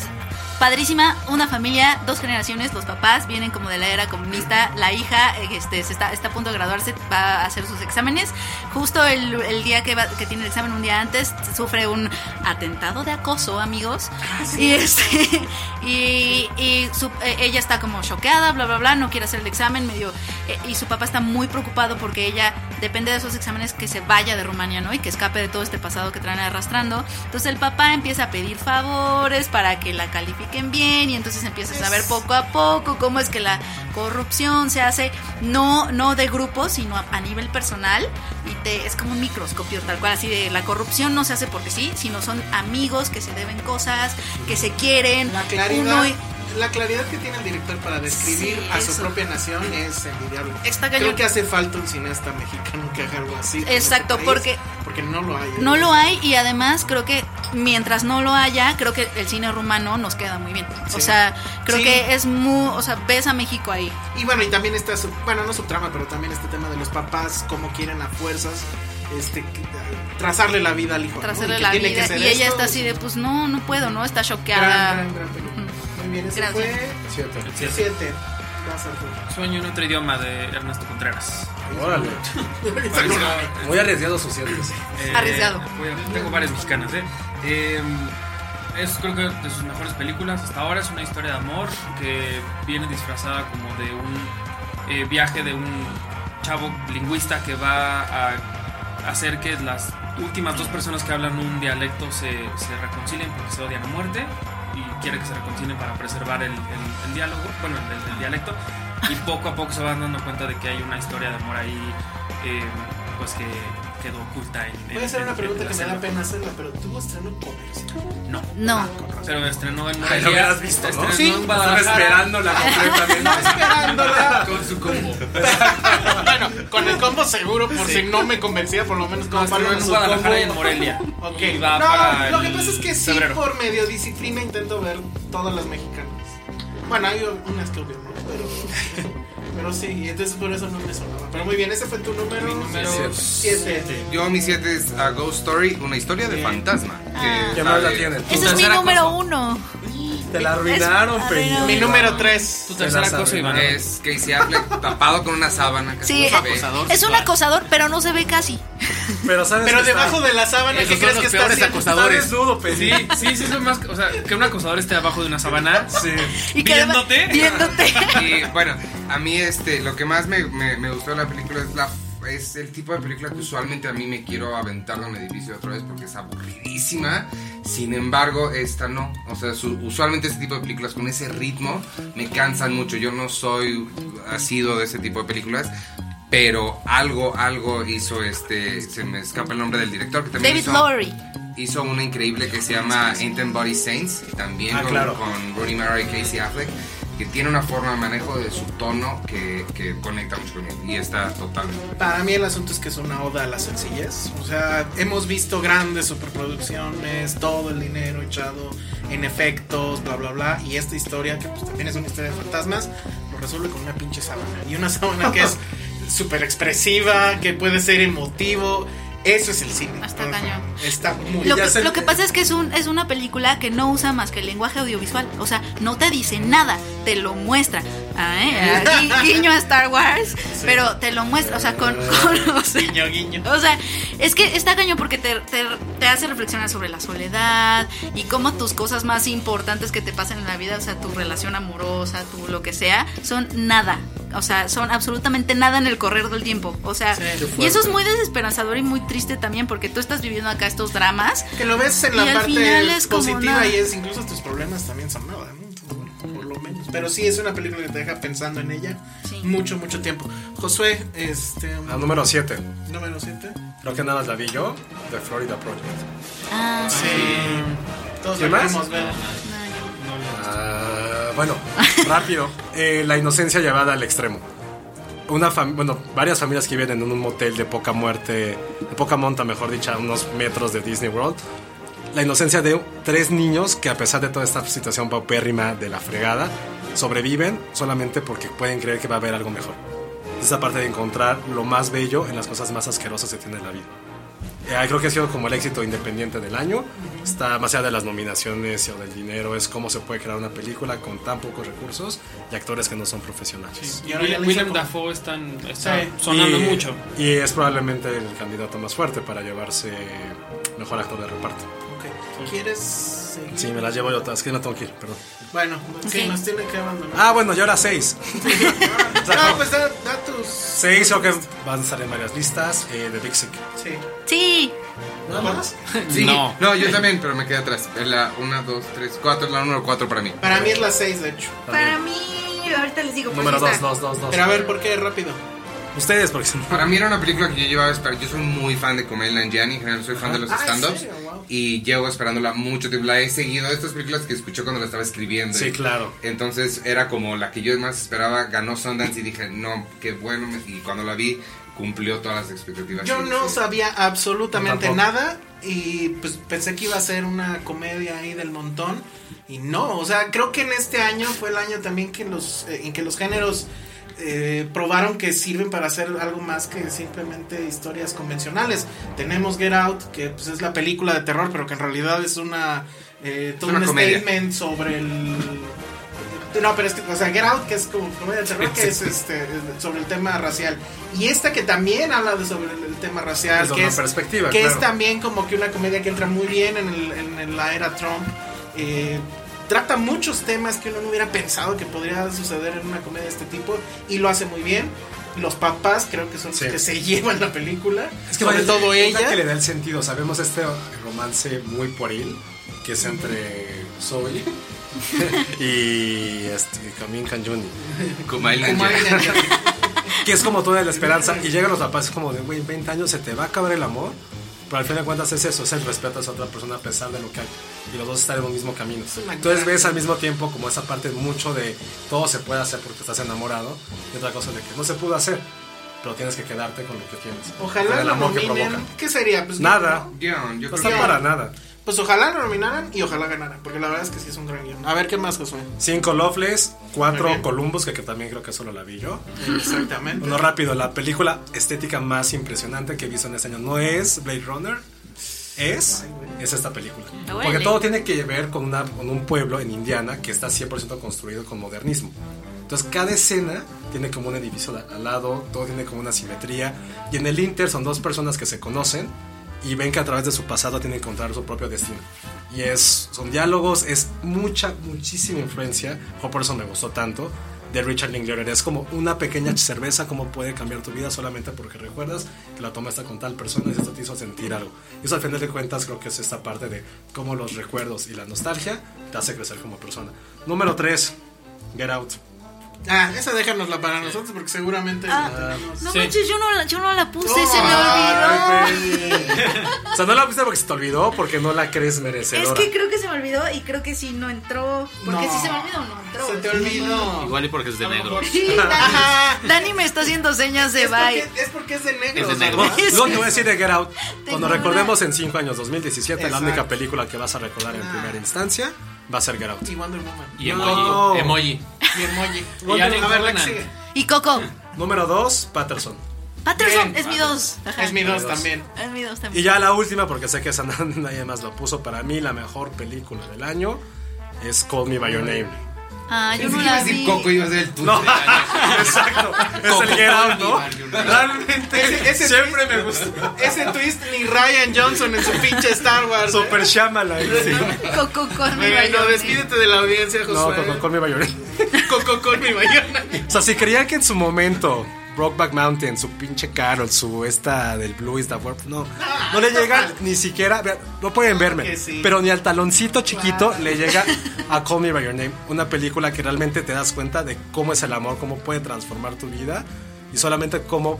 S2: padrísima, una familia, dos generaciones, los papás vienen como de la era comunista, la hija eh, este, se está, está a punto de graduarse, va a hacer sus exámenes. Justo el, el día que, va- que tiene el examen, un día antes, sufre un atentado de acoso, amigos.
S4: Ah,
S2: Y, este, y, y su- eh, ella está como choqueada, bla, bla, bla, no quiere hacer el examen, medio... eh, y su papá está muy preocupado porque ella depende de esos exámenes que se vaya de Rumania, ¿no? Y que escape de todo este pasado que traen arrastrando. Entonces el papá empieza a pedir favores para que la califiquen bien y entonces empieza a saber poco a poco cómo es que la corrupción se hace, no, no de grupo, sino a, a nivel personal. Y te, es como un microscopio tal cual, así de la corrupción no se hace porque sí, sino son amigos que se deben cosas, que se quieren.
S4: La
S2: uno
S4: claridad,
S2: y-
S4: la claridad que tiene el director para describir
S2: Sí,
S4: a su
S2: eso.
S4: propia nación es envidiable.
S2: Está
S4: Creo
S2: cañón.
S4: que hace falta un cineasta mexicano que haga algo así. en
S2: Exacto,
S4: este
S2: porque-
S4: país, Porque no lo hay.
S2: No lo hay y además creo que mientras no lo haya, creo que el cine rumano nos queda muy bien. O
S4: Sí.
S2: sea, creo
S4: Sí.
S2: que es muy, o sea, ves a México ahí.
S4: Y bueno, y también está su, bueno, no su trama, pero también este tema de los papás, cómo quieren a fuerzas, este, que- trazarle la vida al hijo. ¿no? Y
S2: trazarle
S4: que
S2: la
S4: tiene que
S2: vida
S4: ser
S2: y ella
S4: esto.
S2: está así de pues no, no puedo, ¿no? Está
S4: Gran,
S2: choqueada.
S4: gran, gran película. Muy bien, ese
S2: Gracias.
S1: Siete.
S4: fue 7. Vas a tu-
S3: Sueño en otro idioma de Ernesto Contreras.
S1: Órale.
S3: Ahorita,
S1: Muy arriesgado sus siete.
S3: eh,
S2: Arriesgado.
S3: voy a- tengo varias mexicanas, ¿eh? Eh, Es creo que de sus mejores películas hasta ahora. Es una historia de amor que viene disfrazada como de un eh, viaje de un chavo lingüista que va a hacer que las últimas dos personas que hablan un dialecto se, se reconcilien porque se odian a muerte y quiere que se reconcilien para preservar el, el- el diálogo, bueno, el, el- el dialecto. Y poco a poco se van dando cuenta de que hay una historia de amor ahí, eh, pues que quedó oculta en.
S4: Voy a
S3: en-
S4: hacer
S3: en-
S4: una
S3: en
S4: pregunta
S3: la
S4: que me da
S3: selva.
S4: pena hacerla, pero tuvo estreno en comercio.
S3: No.
S4: Ah,
S2: No.
S3: Pero estrenó en
S1: Ay,
S3: Morelia.
S1: lo hubieras visto, ¿no?
S3: estrenó
S1: Estaba
S3: en Este Guadalajara.
S1: esperándola completamente.
S4: Esperándola.
S3: Con su combo.
S4: bueno, con el combo seguro, por si no me convencía, por lo menos
S3: No,
S4: con
S3: estrenó en Guadalajara y en Morelia.
S4: Ok.
S3: Y va
S4: No,
S3: para
S4: lo que
S3: el
S4: pasa es que sí,
S3: febrero.
S4: por medio disciplina intento ver todas las mexicanas. Bueno, hay unas que obvio, ¿no? Pero. Pero sí, y entonces por eso no me sonaba. Pero muy bien, ese fue tu número
S6: Mi número
S4: siete.
S6: Yo mi 7 es A Ghost Story, una historia de fantasma.
S2: Ah.
S1: Ya no la tienen.
S2: Ese es mi
S3: tercera
S2: número uno.
S1: Te la arruinaron,
S2: Es-
S1: Peña.
S4: Mi número 3.
S3: Tu tercera
S1: las
S3: cosa, Iván.
S6: Es Casey Affleck tapado con una sábana. Casi
S2: Sí,
S6: no se
S2: eh,
S6: ve.
S2: es un acosador, pero no se ve casi.
S1: Pero sabes
S4: Pero
S1: que está-
S4: debajo de la sábana, ¿qué
S5: Esos
S4: crees
S5: son
S4: que
S5: los
S4: está
S5: peores
S4: haciendo?
S5: acosadores.
S4: Está desnudo, pues.
S3: Sí,
S4: Peña.
S3: sí, sí, es lo más. O sea, que un acosador esté abajo de una sabana.
S1: Sí.
S2: Y que además-
S3: ¿Viéndote?
S2: Viéndote.
S6: Y bueno, a mí este, lo que más me, me- me gustó de la película es, la, es el tipo de película que usualmente a mí me quiero aventar de un edificio otra vez porque es aburridísima. Sin embargo, esta no. O sea, su- usualmente este tipo de películas con ese ritmo me cansan mucho. Yo no soy asido de ese tipo de películas. Pero algo, algo hizo este. Se me escapa el nombre del director que también
S2: David
S6: hizo-
S2: Lowry.
S6: hizo una increíble que se llama Ancient Body Saints, también
S1: Ah,
S6: con,
S1: claro.
S6: con Rooney Mara y Casey Affleck, que tiene una forma de manejo de su tono que, que conecta mucho con él y está totalmente.
S4: Para mí el asunto es que es una oda a la sencillez. O sea, hemos visto grandes superproducciones, todo el dinero echado en efectos, bla, bla, bla. Y esta historia, que pues también es una historia de fantasmas, lo resuelve con una pinche sábana. Y una sábana que es súper expresiva, que puede ser emotivo. Eso es el cine.
S2: Hasta cañón.
S4: Está muy
S2: Lo
S1: ya
S2: que,
S1: sé-
S2: lo que pasa es que es, un, es una película que no usa más que el lenguaje audiovisual. O sea, no te dice nada, te lo muestra. Ah, ¿eh? Ah, gui- guiño a Star Wars, pero te lo muestra. O sea, con. con- o sea,
S4: Guiño, guiño.
S2: o sea, es que está cañón porque te, te- te hace reflexionar sobre la soledad y cómo tus cosas más importantes que te pasan en la vida, o sea, tu relación amorosa, tu lo que sea, son nada. O sea, son absolutamente nada en el correr del tiempo. O sea,
S4: Sí.
S2: y eso es muy desesperanzador y muy triste también porque tú estás viviendo acá estos dramas.
S4: Que lo ves en
S2: Y
S4: la
S2: al
S4: parte
S2: final es como
S4: positiva
S2: nada.
S4: y es incluso tus problemas también son nada, ¿no? Entonces, bueno, por lo menos. Pero sí es una película que te deja pensando en ella
S2: Sí.
S4: mucho, mucho tiempo. Josué, este
S1: La número 7.
S4: número 7.
S1: Creo que nada más la vi yo. The Florida Project.
S2: Ah,
S4: Sí. Todos
S1: ¿Qué
S4: la
S1: más?
S4: queremos ver.
S1: Ah, bueno, rápido. Eh, la inocencia llevada al extremo. Una fam- bueno, varias familias que viven en un motel de poca muerte, de poca monta, mejor dicho, a unos metros de Disney World. La inocencia de tres niños que a pesar de toda esta situación paupérrima de la fregada, sobreviven solamente porque pueden creer que va a haber algo mejor. Esa parte de encontrar lo más bello en las cosas más asquerosas que tiene la vida. Eh, creo que ha sido como el éxito independiente del año. Está más allá de las nominaciones o del dinero, es cómo se puede crear una película con tan pocos recursos y actores que no son profesionales.
S4: Y ahora ya
S3: William,
S4: le
S3: William
S4: hizo-
S3: Dafoe están, está
S4: Sí.
S3: sonando
S1: Y-
S3: mucho.
S1: Y es probablemente el candidato más fuerte para llevarse mejor actor de reparto.
S4: Ok. ¿Quieres seguir?
S1: Sí, me la llevo yo, es que me tengo que ir, perdón.
S4: Bueno, pues sí,
S2: Ok.
S4: nos tiene que abandonar.
S1: Ah, bueno, y ahora seis.
S4: no, pues da, da tus. Sí.
S1: Seis o que van a estar en varias listas eh, de Big Sick.
S2: sí.
S1: ¿Nada más?
S6: Sí,
S3: No.
S6: yo también, pero me quedé atrás. La 1, 2, 3, 4, la número 4 para mí.
S4: Para mí es la 6, de hecho.
S2: Para mí, ahorita les digo. pues,
S1: Número
S2: ahí
S1: dos,
S2: está.
S1: dos, dos, dos.
S4: Pero a ver, ¿por qué rápido?
S1: Ustedes, porque si no-
S6: Para mí era una película que yo llevaba esperando. Yo soy muy fan de Comel Nanjiani, en general soy fan de los
S4: Ah, ¿en
S6: stand-ups.
S4: serio? Wow.
S6: Y llevo esperándola mucho tiempo. La he seguido. Estas películas que escuché cuando la estaba escribiendo.
S1: Sí,
S6: Y-
S1: claro.
S6: Entonces era como la que yo más esperaba, ganó Sundance y dije, no, qué bueno. me- Y cuando la vi, cumplió todas las expectativas.
S4: Yo no
S6: Sí.
S4: sabía absolutamente
S1: Tampoco.
S4: nada y pues pensé que iba a ser una comedia ahí del montón y no, o sea, creo que en este año fue el año también que los eh, en que los géneros eh, probaron que sirven para hacer algo más que simplemente historias convencionales. Tenemos Get Out, que pues es la película de terror, pero que en realidad es una eh, todo
S6: una
S4: un
S6: comedia.
S4: statement sobre el no, pero es que, o sea, Get Out, que es como comedia de terror, que es este, sobre el tema racial. Y esta que también habla de sobre el, el tema racial,
S1: Desde
S4: que,
S1: una
S4: es,
S1: perspectiva,
S4: que es
S1: claro.
S4: también como que una comedia que entra muy bien en, el- en el- la era Trump. Eh, trata muchos temas que uno no hubiera pensado que podría suceder en una comedia de este tipo y lo hace muy bien. Los papás creo que son
S1: Sí.
S4: los que se llevan la película,
S1: Es que
S4: sobre
S1: vaya,
S4: todo
S1: es la
S4: ella.
S1: que le da el sentido. Sabemos este romance muy pueril que es entre Zoe y este, Camin Kanjuni.
S6: Kumail
S4: Como
S6: Nanjiani.
S4: ella, ya.
S1: Que es como toda la esperanza. Y llegan los papás como de, güey, en 20 años se te va a acabar el amor. Pero al fin de cuentas es eso, es el respeto a esa otra persona a pesar de lo que hay. Y los dos están en un mismo camino.
S4: una
S1: Entonces
S4: gran-
S1: ves al mismo tiempo como esa parte mucho de todo se puede hacer porque estás enamorado. Y otra cosa de que no se pudo hacer, pero tienes que quedarte con lo que tienes.
S4: Ojalá
S1: Con el
S4: lo
S1: amor que
S4: nominen.
S1: provoca.
S4: ¿Qué sería? Pues
S1: Nada.
S6: Guión, yo creo
S1: No está
S6: que-
S1: para nada.
S4: Pues ojalá lo nominaran y ojalá ganaran, porque la verdad es que sí es un gran guión. A ver qué más, Josué.
S1: Cinco Loveless, cuatro
S4: Muy bien.
S1: Columbus, que, que también creo que solo la vi yo.
S4: Exactamente.
S1: Uno rápido, la película estética más impresionante que he visto en este año no es Blade Runner, es, es esta película.
S2: Órale.
S1: Porque todo tiene que ver con, una, con un pueblo en Indiana que está 100% construido con modernismo. Entonces cada escena tiene como un edificio al- al lado, todo tiene como una simetría. Y en el Inter son dos personas que se conocen y ven que a través de su pasado tienen que encontrar su propio destino. Y es, son diálogos, es mucha, muchísima influencia, o por eso me gustó tanto, de Richard Linklater. Es como una pequeña cerveza, cómo puede cambiar tu vida solamente porque recuerdas que la tomaste con tal persona y esto te hizo sentir algo. Y eso al final de cuentas creo que es esta parte de cómo los recuerdos y la nostalgia te hace crecer como persona. Número 3, Get Out.
S4: Ah, esa déjanosla para nosotros porque seguramente la tenemos.
S2: No
S3: Sí.
S2: manches, yo no, la- yo no la puse,
S4: No,
S2: se
S1: Ah,
S2: me olvidó.
S1: O sea, no la viste porque se te olvidó, porque no la crees
S7: Es
S1: merecedora.
S7: que creo que se me olvidó y creo que sí no entró.
S2: Porque
S4: No.
S2: si se me olvidó, no entró.
S4: Se te olvidó.
S5: Igual y porque es de negro.
S2: Sí, Dani, Dani me está haciendo señas de
S4: Es porque,
S2: bye.
S4: es porque es de negro.
S5: Es de negro.
S1: Lo que voy a decir de Get Out, cuando
S2: una-
S1: recordemos en 5 años, 2017,
S4: Exacto.
S1: la única película que vas a recordar en primera instancia va a ser Get Out.
S4: Y Wonder Woman.
S5: Y emoji.
S1: No.
S5: Emoji.
S4: Mi emoji.
S3: ya
S4: Wonder-
S3: le
S4: a ver, la que
S3: encarnan.
S4: sigue.
S2: Y Coco,
S1: Número 2, Patterson.
S2: Patterson,
S4: Bien.
S2: es mi dos. Ajá.
S4: Es mi dos también.
S2: Es mi dos
S1: Y
S2: también.
S1: ya la última, porque sé que esa na- nadie más lo puso, para mí la mejor película del año es Call Me By Your Name.
S2: Ah, yo
S6: Pensé
S2: no
S6: que iba a
S2: la
S6: decir
S2: vi.
S6: Coco iba a ser el tuyo.
S1: Exacto, es el Get Out, ¿no? Realmente,
S4: Ese- ese
S1: siempre
S4: twist-
S1: me gustó.
S4: Ese twist ni Ryan Johnson en su pinche Star Wars. ¿eh?
S1: Super Shyamalan.
S2: Coco con mi
S4: Venga, no,
S2: bayoneta.
S4: despídete de la audiencia,
S1: No,
S4: Josué.
S1: con Call Me By Your Name.
S4: Coco con mi bayona.
S1: O sea, si creían que en su momento Brokeback Mountain, su pinche Carol, su esta del Blue is the World, no, no le llega ni siquiera, vean, no pueden verme,
S4: que sí.
S1: pero ni al taloncito chiquito le llega a Call Me By Your Name, una película que realmente te das cuenta de cómo es el amor, cómo puede transformar tu vida y solamente cómo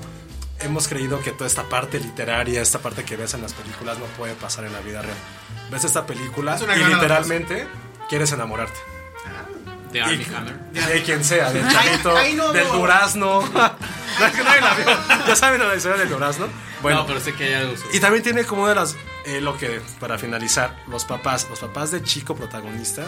S1: hemos creído que toda esta parte literaria, esta parte que ves en las películas no puede pasar en la vida real. Ves esta película
S4: Es una
S1: y
S4: gran
S1: literalmente quieres enamorarte.
S5: De Army Hammer.
S1: De quien sea, del chavito,
S4: ahí no
S1: del
S4: veo.
S1: durazno. No, es que nadie la vio. Ya saben la historia del durazno. Bueno,
S5: No, pero sé que hay algo. sobre-
S1: y también tiene como una de las. eh, lo que, para finalizar, los papás. Los papás de chico protagonista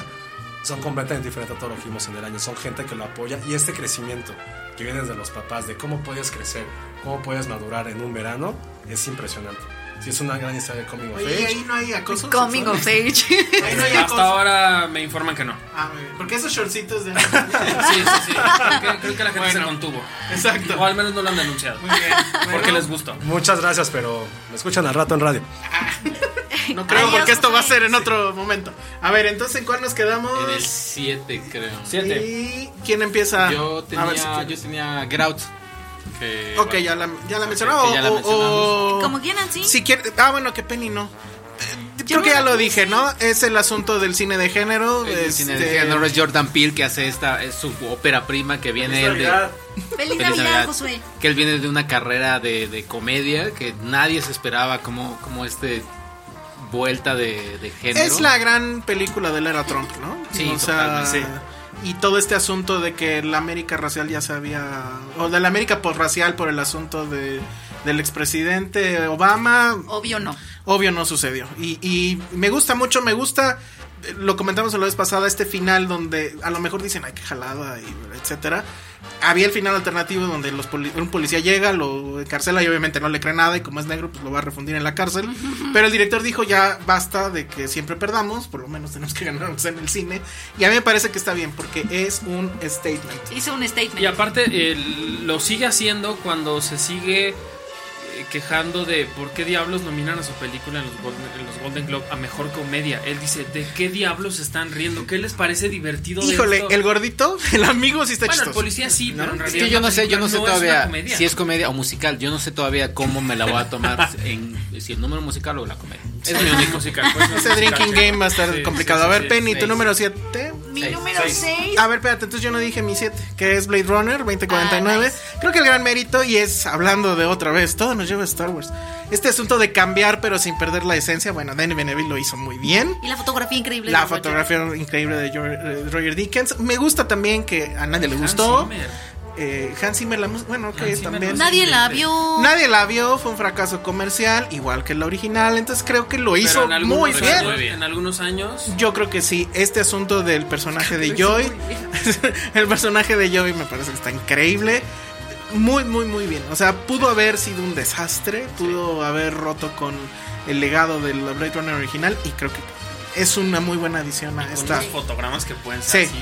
S1: son completamente diferentes a todo lo que vimos en el año. Son gente que lo apoya y este crecimiento que viene desde los papás de cómo puedes crecer, cómo puedes madurar en un verano, es impresionante. Sí, es una gran historia de Coming of
S4: Oye, ¿y
S1: Age.
S4: ahí no hay acoso.
S2: Coming
S4: sexual?
S2: of age.
S4: Ahí no hay acoso.
S3: Hasta ahora me informan que no.
S4: Ah, muy bien. Porque esos shortcitos de.
S3: Sí, sí, sí. Creo que, creo que la gente
S4: Bueno.
S3: se contuvo.
S4: Exacto.
S3: O al menos no lo han denunciado.
S4: Muy bien.
S3: Porque les gustó.
S1: Muchas gracias, pero me escuchan al rato en radio.
S4: No creo,
S2: Adiós,
S4: porque esto va a
S2: Josué.
S4: ser en otro momento. A ver, entonces, ¿en cuál nos quedamos?
S5: En el 7, creo.
S3: Siete.
S4: ¿Y quién empieza?
S5: Yo
S4: Ah, A ver si
S5: tenía,
S4: quieres.
S5: yo tenía Grout. Que,
S4: Ok, ya la, ya la mencionaba.
S5: ya la
S4: o- o-
S2: Como quieran, sí.
S4: Si quiere- ah, bueno, que Penny no. Eh,
S2: Yo
S4: Creo
S2: no
S4: que ya
S2: la
S4: lo
S2: puse.
S4: dije, ¿no? Es el asunto del cine de género.
S5: El cine de
S4: este,
S5: género es Jordan Peele que hace esta es su ópera prima que viene él de
S7: Feliz
S5: Feliz
S7: Navidad,
S5: Navidad.
S7: Josué.
S5: que él viene de una carrera de, de comedia que nadie se esperaba como como este vuelta de, de género
S4: Es la gran película de la era Trump, ¿no?
S5: Sí,
S4: o sea,
S5: totalmente.
S4: Y todo este asunto de que la América racial ya se había. O de la América racial por el asunto de, del expresidente Obama.
S2: Obvio no.
S4: Obvio no sucedió. Y, y me gusta mucho, me gusta. eh, Lo comentamos la vez pasada, este final donde a lo mejor dicen, ay, qué jalada, y etcétera. Había el final alternativo donde los poli- un policía llega, lo encarcela y obviamente no le cree nada y como es negro pues lo va a refundir en la cárcel. Pero el director dijo ya basta de que siempre perdamos, por lo menos tenemos que ganarnos en el cine. Y a mí me parece que está bien porque es un statement.
S2: Hice un
S3: Y
S2: statement.
S3: aparte eh, lo sigue haciendo cuando se sigue eh, quejando de por qué diablos nominan a su película en los, Golden, en los Golden Globe a mejor comedia. Él dice, ¿de qué diablos están riendo? ¿Qué les parece divertido de
S4: Híjole,
S3: esto?"
S4: el gordito, el amigo sí está
S3: Bueno, el
S4: chistoso.
S3: policía sí,
S4: ¿No?
S3: pero en
S4: Es
S5: es
S3: realidad
S5: que yo
S3: la
S5: no sé, yo no
S3: película
S5: sé
S3: no es una
S5: todavía
S3: comedia.
S5: si es comedia o musical. Yo no sé todavía cómo me la voy a tomar, en, si el número musical o la comedia.
S3: Es mi único musical. pues, es
S4: Ese
S3: musical,
S4: drinking
S3: chico.
S4: game va a estar
S3: Sí,
S4: complicado.
S3: sí,
S4: a ver,
S3: sí,
S4: Penny, tu
S5: seis.
S4: número 7.
S7: Mi
S5: Seis,
S7: número
S3: seis.
S7: 6.
S4: A ver, espérate, entonces yo no dije mi 7, que es Blade Runner
S2: Ah,
S4: 2049.
S2: nice.
S4: Creo que el gran mérito, y es hablando de otra vez, todo nos lleva a Star Wars. Este asunto de cambiar pero sin perder la esencia, bueno, Danny Beneville lo hizo muy bien.
S2: Y la fotografía increíble.
S4: La
S2: de Roger.
S4: fotografía increíble de George- eh, Roger Dickens. Me gusta también que a nadie le
S3: Hans
S4: gustó.
S3: Zimmer.
S4: eh, Hans Zimmer, la música, bueno, ok,
S8: Hans Zimmer
S4: también.
S8: no es Nadie la vio.
S4: Nadie la vio, fue un fracaso comercial, igual que la original, entonces creo que lo
S3: Pero
S4: hizo
S3: en algunos
S4: muy
S3: años-
S4: bien.
S3: En algunos años.
S4: Yo creo que sí, este asunto del personaje de
S3: Lo
S4: Joy,
S3: hizo muy bien.
S4: el personaje de Joy me parece que está increíble. Muy, muy, muy bien. O sea, pudo haber sido un desastre, pudo haber roto con el legado del Blade Runner original y creo que es una muy buena adición a
S3: Con
S4: esta.
S3: unos fotogramas que pueden
S4: Sí,
S3: ser así,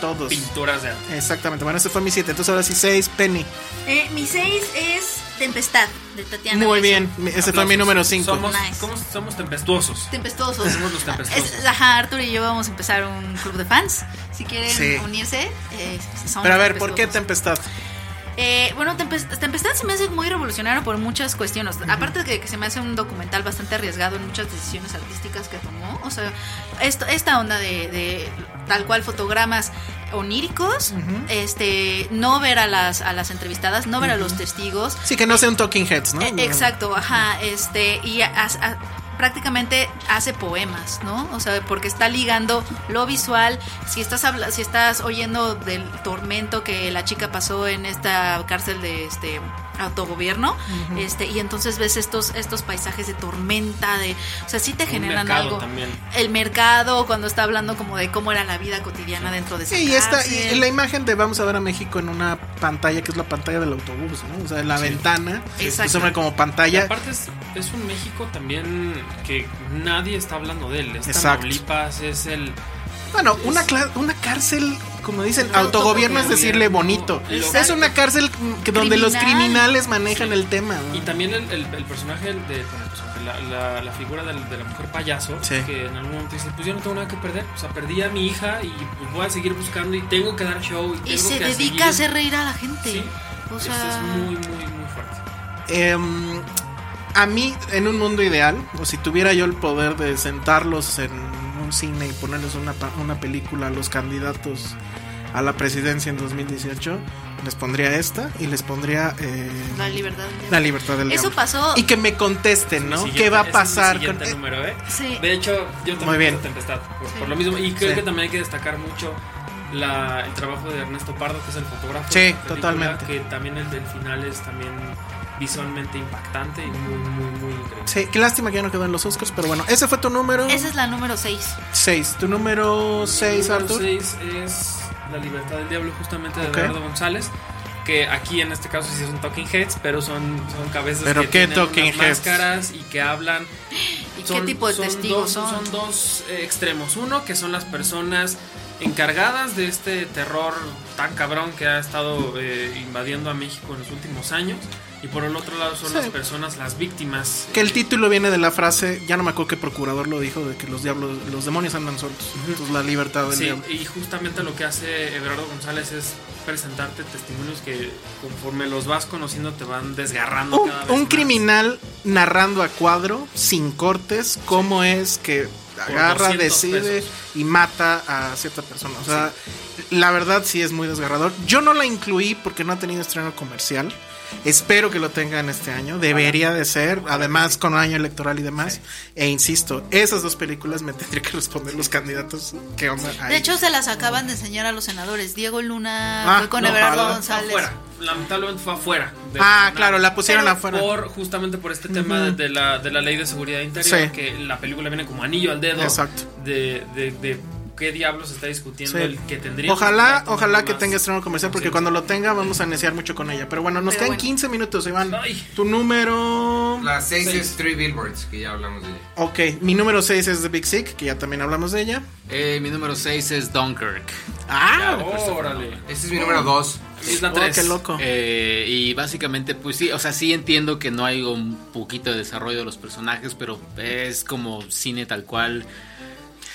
S4: todos.
S3: pinturas de
S4: Exactamente, bueno, ese fue mi 7, entonces ahora sí 6, Penny.
S2: Eh, mi 6 es Tempestad de Tatiana.
S4: Muy
S2: Mason.
S4: bien, mi- ese fue mi
S3: Aplausos.
S4: número 5.
S3: Somos, ¿cómo- somos tempestuosos.
S2: Tempestuosos.
S3: Somos los tempestuosos.
S2: Es- ajá, Arthur y yo vamos a empezar un club de fans. Si quieren
S4: Sí.
S2: unirse, eh, somos
S4: Pero a ver, ¿por qué
S2: tempestuosos.
S4: Tempestad?
S2: Eh, bueno, Tempest- Tempestad se me hace muy revolucionario por muchas cuestiones. Aparte de que, que se me hace un documental bastante arriesgado en muchas decisiones artísticas que tomó. O sea, esto, esta onda de, de tal cual fotogramas oníricos, este, no ver a las, a las entrevistadas, no ver a los testigos,
S4: Sí, que no sea un Talking Heads, ¿no?
S2: eh, Exacto, ajá, este, y ha- ha- prácticamente hace poemas, ¿no? O sea, porque está ligando lo visual, si estás habla- si estás oyendo del tormento que la chica pasó en esta cárcel de este autogobierno, este, y entonces ves estos estos paisajes de tormenta, de, o sea, sí te
S3: Un
S2: generan
S3: mercado
S2: algo.
S3: también.
S2: El mercado cuando está hablando como de cómo era la vida cotidiana dentro de esa
S4: Sí, y, esta, y
S2: cárcel.
S4: la imagen de vamos a ver a México en una pantalla que es la pantalla del autobús, ¿no? O sea, la ventana, que se
S2: Exacto.
S4: abre como
S3: Y
S4: pantalla.
S3: aparte es, es un México también que nadie está hablando de él. Es
S4: Exacto.
S3: Tamaulipas, es el...
S4: Bueno, una, cla- una cárcel, como dicen,
S2: Un
S4: autogobierno es
S3: autogobierno.
S4: decirle bonito.
S3: Exacto.
S4: Es una cárcel que donde los
S2: Criminal.
S4: criminales manejan
S3: Sí.
S4: el tema. ¿no?
S3: Y también el, el- el personaje de... bueno, el personaje, la, la- la figura del- de la mujer payaso,
S4: Sí.
S3: que en algún momento dice, pues yo no tengo nada que perder. O sea, perdí a mi hija y pues, voy a seguir buscando y tengo que dar show. Y,
S2: y
S3: tengo
S2: se
S3: que
S2: dedica
S3: seguir".
S2: a hacer reír a la gente.
S3: Sí.
S2: O
S3: Eso
S2: sea,
S3: es muy, muy, muy fuerte.
S4: Em, a mí, en un mundo ideal, o si tuviera yo el poder de sentarlos en un cine y ponerles una, pa- una película a los candidatos a la presidencia en 2018, les pondría esta y les pondría eh,
S2: la libertad. de-
S4: La libertad del
S2: Eso
S4: diablo.
S2: pasó.
S4: Y que me contesten, ¿no?
S3: Mi siguiente-
S4: ¿Qué
S3: ese
S4: va a
S3: es mi
S4: pasar con e
S3: siguiente número, ¿eh?
S2: Sí.
S3: De hecho, yo también
S4: Muy bien.
S3: pienso Tempestad, por, por lo mismo. Y creo
S4: Sí.
S3: que también hay que destacar mucho la- el trabajo de Ernesto Pardo, que es el fotógrafo.
S4: Sí,
S3: de la película,
S4: totalmente.
S3: Que también el del final es también visualmente impactante y muy, muy, muy increíble.
S4: Sí, qué lástima que ya no quedó en los Oscars, pero bueno, ese fue tu número
S2: Esa es la número 6.
S4: 6. Tu número 6,
S3: Número
S4: Arthur.
S3: seis es La Libertad del Diablo, justamente de
S4: Ok.
S3: Eduardo González. Que aquí en este caso sí son talking heads, pero son, son cabezas
S4: Pero
S3: que
S4: ¿qué
S3: tienen unas
S4: talking heads?
S3: máscaras y que hablan
S2: ¿Y
S3: Son-
S2: qué tipo de
S3: son
S2: testigos
S3: dos-
S2: son?
S3: Son dos eh, extremos. Uno, que son las personas encargadas de este terror tan cabrón que ha estado eh, invadiendo a México en los últimos años. Y por el otro lado son
S4: Sí.
S3: las personas, las víctimas.
S4: Que el
S3: eh,
S4: título viene de la frase, ya no me acuerdo qué procurador lo dijo, de que los diablos, los demonios andan sueltos. Entonces la libertad del
S3: Sí,
S4: diablo.
S3: y justamente lo que hace Everardo González es presentarte testimonios que conforme los vas conociendo te van desgarrando.
S4: Un,
S3: cada vez
S4: un
S3: más.
S4: criminal narrando a cuadro, sin cortes, cómo es que agarra,
S3: 200
S4: decide
S3: pesos.
S4: y mata a cierta persona. O sea, la verdad sí es muy desgarrador. Yo no la incluí porque no ha tenido estreno comercial. Espero que lo tengan este año. Debería de ser. Además, con año electoral y demás. E insisto, esas dos películas me tendría que responder los candidatos. ¿Qué onda? ahí?
S2: De hecho, se las acaban de enseñar a los senadores. Diego Luna
S4: Ah,
S2: fue con
S4: no,
S2: Everardo
S4: ojalá.
S3: Fue
S2: González.
S3: afuera. Lamentablemente fue afuera. del
S4: ah,
S3: tribunal.
S4: claro, la pusieron
S3: Pero
S4: afuera.
S3: Por, justamente por este tema de- de, la, de la ley de seguridad interior,
S4: Sí.
S3: que la película viene como anillo al dedo.
S4: Exacto.
S3: De, de- de qué diablos está discutiendo
S4: Sí.
S3: el que tendría.
S4: Ojalá,
S3: estar
S4: ojalá
S3: tomando
S4: que
S3: más
S4: tenga estreno comercial porque cuando
S3: conciencia.
S4: lo tenga vamos a iniciar mucho con ella. Pero bueno, nos
S2: Pero
S4: quedan
S2: bueno.
S4: 15 minutos, Iván.
S3: Ay.
S4: Tu número...
S9: La 6
S3: Seis.
S9: es Three Billboards, que ya hablamos de ella.
S4: Ok, mi número 6 es The Big Sick, que ya también hablamos de ella.
S10: Eh, mi número 6 es Dunkirk.
S4: Ah,
S3: Órale.
S9: Este es mi número 2.
S3: Es la
S4: oh,
S3: tres.
S4: qué loco.
S10: Eh, y básicamente, pues sí, o sea, sí entiendo que no hay un poquito de desarrollo de los personajes, pero es como cine tal cual.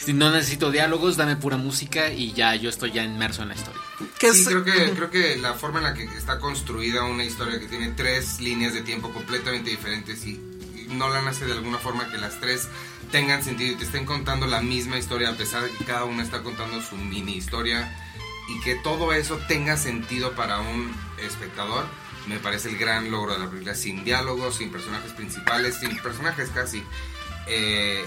S10: Si no necesito diálogos, dame pura música y ya yo estoy ya inmerso en la historia.
S4: Que
S9: Sí,
S4: es-
S9: creo que, creo que la forma en la que está construida una historia que tiene tres líneas de tiempo completamente diferentes y y Nolan hace de alguna forma que las tres tengan sentido y te estén contando la misma historia a pesar de que cada una está contando su mini historia y que todo eso tenga sentido para un espectador me parece el gran logro de la película sin diálogos, sin personajes principales, sin personajes casi. Eh,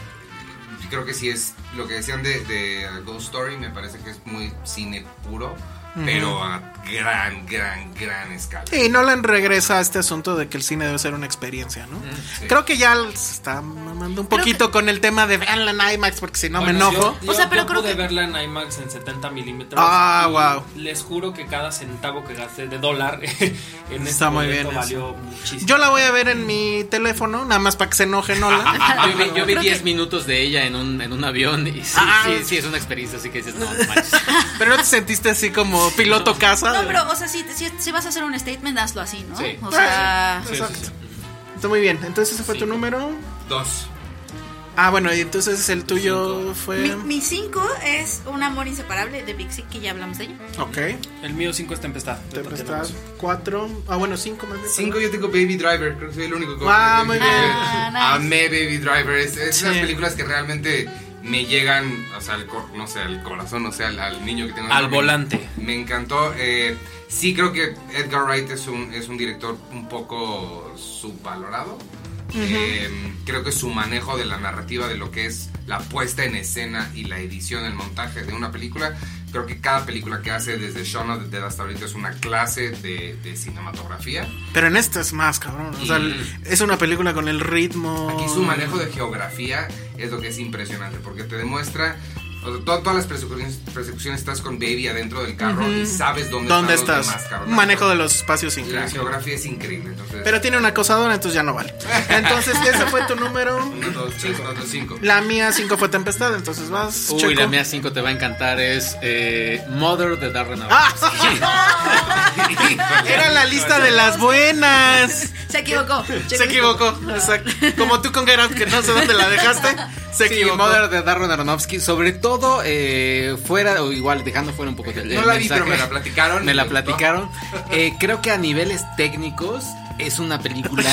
S9: creo que sí es lo que decían de, de Ghost Story, me parece que es muy cine puro,
S4: Ujú.
S6: pero a gran, gran, gran escala.
S4: Y Nolan regresa a este asunto de que el cine debe ser una experiencia, ¿no?
S6: sí.
S4: Creo que ya se está mamando un poquito con el tema de veanla en IMAX porque si no me
S3: Bueno,
S4: enojo.
S3: Yo,
S2: O sea,
S3: yo-
S2: pero
S3: yo
S2: creo
S3: pude
S2: que-
S3: verla en IMAX en 70 milímetros.
S4: Ah,
S3: y
S4: guau.
S3: Les juro que cada centavo que gasté de dólar en este
S4: Está muy
S3: boleto
S4: bien
S3: valió muchísimo.
S4: Yo la voy a ver en mi teléfono, nada más para que se enoje
S3: Ah,
S4: Nolan.
S5: Yo vi, yo vi
S2: Creo que-
S5: 10 minutos de ella en un, en un avión y sí,
S4: Ah.
S5: sí, sí, es una experiencia, así que dices, no, no manches.
S4: Pero no te sentiste así como piloto casa.
S2: No, pero, o sea, si, si, si vas a hacer un statement, hazlo así, ¿no?
S5: Sí.
S2: O sea,
S4: Exacto. Está muy bien. Entonces, ¿ese fue tu número?
S6: Dos.
S4: Ah, bueno, y entonces el tuyo
S2: mi,
S4: fue.
S2: mi cinco es Un amor inseparable de Big Sick, que ya hablamos de ello.
S4: Ok.
S3: El mío 5 es Tempestad. de
S4: Tempestad
S3: Tatiana Maslany.
S4: 4. Ah, bueno, 5 más bien.
S6: Cinco yo tengo Baby Driver, creo que soy el único que
S4: Ah, muy bien.
S2: Ah,
S6: Amé Baby Driver, es, es
S4: Sí.
S6: las películas que realmente me llegan, o sea, al, cor- no sé, al corazón, o sea, al, al niño que tengo.
S3: Al
S6: dentro.
S3: volante.
S6: Me encantó. eh, sí, creo que Edgar Wright es un, es un director un poco subvalorado. Eh, creo que su manejo de la narrativa, de lo que es la puesta en escena y la edición, el montaje de una película, creo que cada película que hace desde Shaun of the Dead hasta ahorita es una clase de, de cinematografía.
S4: Pero en esta es más, cabrón. O sea, el- es una película con el ritmo.
S6: Aquí su manejo de geografía es lo que es impresionante, porque te demuestra... o sea, to- todas las persecuciones, persecuciones estás con Baby adentro del carro y sabes dónde,
S4: ¿Dónde
S6: están los
S4: estás?
S6: demás, cabrón.
S4: Un manejo de los espacios
S6: La
S4: increíbles.
S6: geografía es increíble, entonces...
S4: Pero tiene una acosadora, entonces ya no vale. Entonces, ese fue tu número.
S6: Uno, dos, tres, cuatro, cinco.
S4: La mía 5 fue Tempestad, entonces vas.
S5: Uy,
S4: Checo.
S5: la mía 5 te va a encantar, es eh, Mother de Darren Aronofsky.
S4: Era la lista de las buenas.
S2: Se equivocó.
S4: Se equivocó.
S2: "Ah".
S4: Exacto. Como tú con Get Out, que no sé dónde la dejaste. Se
S5: Sí,
S4: equivocó.
S5: Mother de Darren Aronofsky, sobre todo eh, fuera, o igual dejando fuera un poco el
S6: No
S5: el
S6: la vi, pero
S5: mensaje.
S6: me la platicaron.
S5: Me la
S6: ¿No?
S5: platicaron. Eh, creo que a niveles técnicos es una película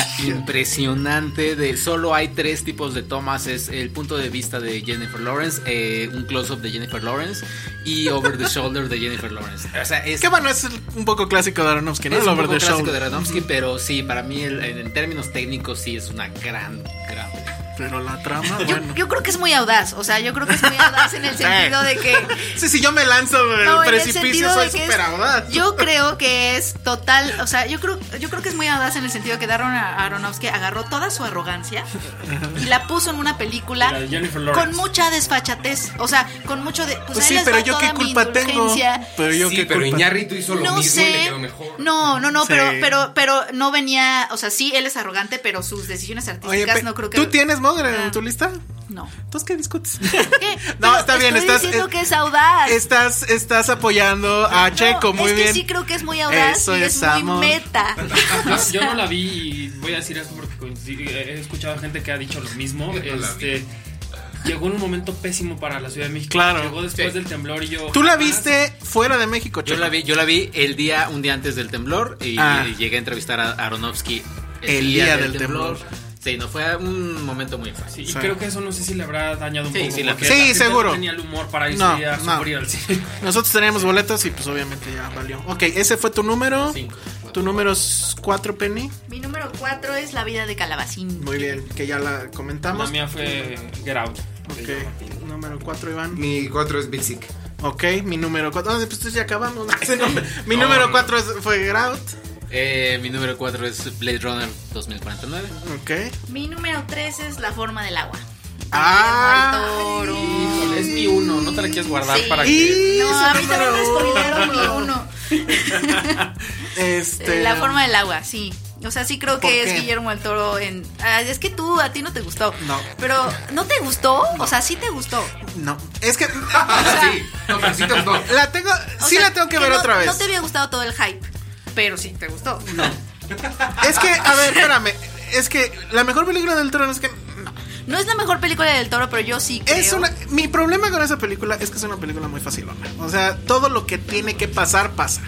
S5: impresionante. De solo hay tres tipos de tomas: es el punto de vista de Jennifer Lawrence, eh, un close-up de Jennifer Lawrence y over the shoulder de Jennifer Lawrence.
S6: Ah,
S5: O sea, es
S4: Que bueno, es un poco clásico de Aronofsky, ¿no?
S5: es
S4: El
S5: un
S4: over
S5: poco
S4: the
S5: clásico
S4: shoulder.
S5: de Aronofsky, pero sí, para mí el- en, en términos técnicos sí es una gran, gran película.
S4: Pero la trama,
S2: Yo,
S4: bueno.
S2: yo creo que es muy audaz, o sea, yo creo que es muy audaz en el sentido de que
S4: Sí, si yo me lanzo del
S2: No, en el
S4: precipicio,
S2: sentido
S4: soy
S2: de que es-
S4: súper audaz.
S2: Yo creo que es total, o sea, yo creo, yo creo que es muy audaz en el sentido que Darren Aronofsky agarró toda su arrogancia y la puso en una película
S3: La de Jennifer Lawrence.
S2: con mucha desfachatez, o sea, con mucho de, pues,
S4: Pues
S2: ahí
S4: sí,
S2: les
S4: pero
S2: va
S4: yo
S2: toda
S4: qué
S2: mi
S4: culpa tengo.
S2: indulgencia.
S4: Pero yo
S6: Sí,
S4: qué
S6: pero
S4: culpa.
S6: Iñárritu hizo lo
S2: No
S6: mismo y le
S2: sé.
S6: quedó mejor.
S2: No, no, no,
S4: Sí.
S2: pero, pero, pero no venía, o sea, sí, él es arrogante, pero sus decisiones
S4: Oye,
S2: artísticas
S4: pe-
S2: no creo que.
S4: ¿tú tienes Mother en
S2: Ah.
S4: tu lista?
S2: No.
S4: Entonces, ¿qué discutes?
S2: ¿Qué?
S4: No,
S2: Pero
S4: está bien,
S2: estoy
S4: estás.
S2: diciendo
S4: eh,
S2: que es audaz.
S4: Estás, estás apoyando a
S2: No,
S4: Ah, Checo, muy
S2: es
S4: bien.
S2: que sí creo que es muy audaz
S4: Eso
S2: y es,
S4: es
S2: muy
S4: amor.
S2: meta.
S3: Yo, yo no la vi y voy a decir esto porque coincidí- he escuchado gente que ha dicho lo mismo.
S6: Yo no la vi.
S3: Este, llegó en un momento pésimo para la Ciudad de México.
S4: Claro.
S3: Llegó después
S5: Sí.
S3: del temblor y yo. "Ah,
S4: Tú la
S3: jamás-
S4: viste fuera de México,
S5: Yo
S4: Checo.
S5: la vi, yo la vi el día, un día antes del temblor y,
S4: Ah.
S5: y llegué a entrevistar a Aronofsky
S4: El día del temblor.
S5: Sí, no fue un momento muy fácil.
S3: Sí, y
S4: Sí.
S3: creo que eso no sé si le habrá dañado un
S5: Sí,
S3: poco.
S5: sí, la-
S3: porque
S4: Sí,
S3: la gente
S4: seguro.
S3: No tenía el humor para irse
S4: No,
S3: a
S4: no.
S3: sufrir al cine.
S4: Nosotros teníamos boletos y pues obviamente ya valió. Ok, ese fue tu número.
S5: Cinco.
S4: Tu número 4, Penny.
S2: Mi número 4 es La vida de Calabacín.
S4: Muy bien, que ya la
S3: La
S4: comentamos.
S3: mía fue Get Out.
S4: Ok, número 4, Iván.
S6: Mi cuatro es Big Sick.
S4: Ok, mi número 4. pues pues, ya acabamos. Ese no- mi número 4 fue Grout.
S5: Eh, mi número 4 es Blade Runner 2049.
S4: Ok.
S2: Mi número 3 es La forma del agua.
S4: Ah,
S2: Del Toro.
S3: Híjole, es mi uno, no te la quieres guardar
S2: Sí.
S3: para que.
S4: y
S2: No,
S4: su
S2: a mí también me
S4: número
S2: spoilearon mi
S4: uno.
S2: uno.
S4: Este,
S2: La forma del agua, sí. O sea, sí creo
S4: ¿Por
S2: que es
S4: qué?
S2: Guillermo del Toro en... Ah, es que tú, a ti no te gustó.
S4: No.
S2: Pero, ¿no te gustó? O sea, sí te gustó.
S4: No, es que
S6: sí, no, pero sí te gustó.
S4: la tengo,
S2: O
S4: sí
S2: sea,
S4: la tengo que ver
S2: no-
S4: otra vez.
S2: No te había gustado todo el hype, pero sí te gustó. No.
S4: Es que, a ver, espérame. Es que la mejor película del trono es que.
S2: No es la mejor película del Toro, pero yo sí creo.
S4: Es una. Mi problema con esa película es que es una película muy facilona. O sea, todo lo que tiene que pasar, pasa.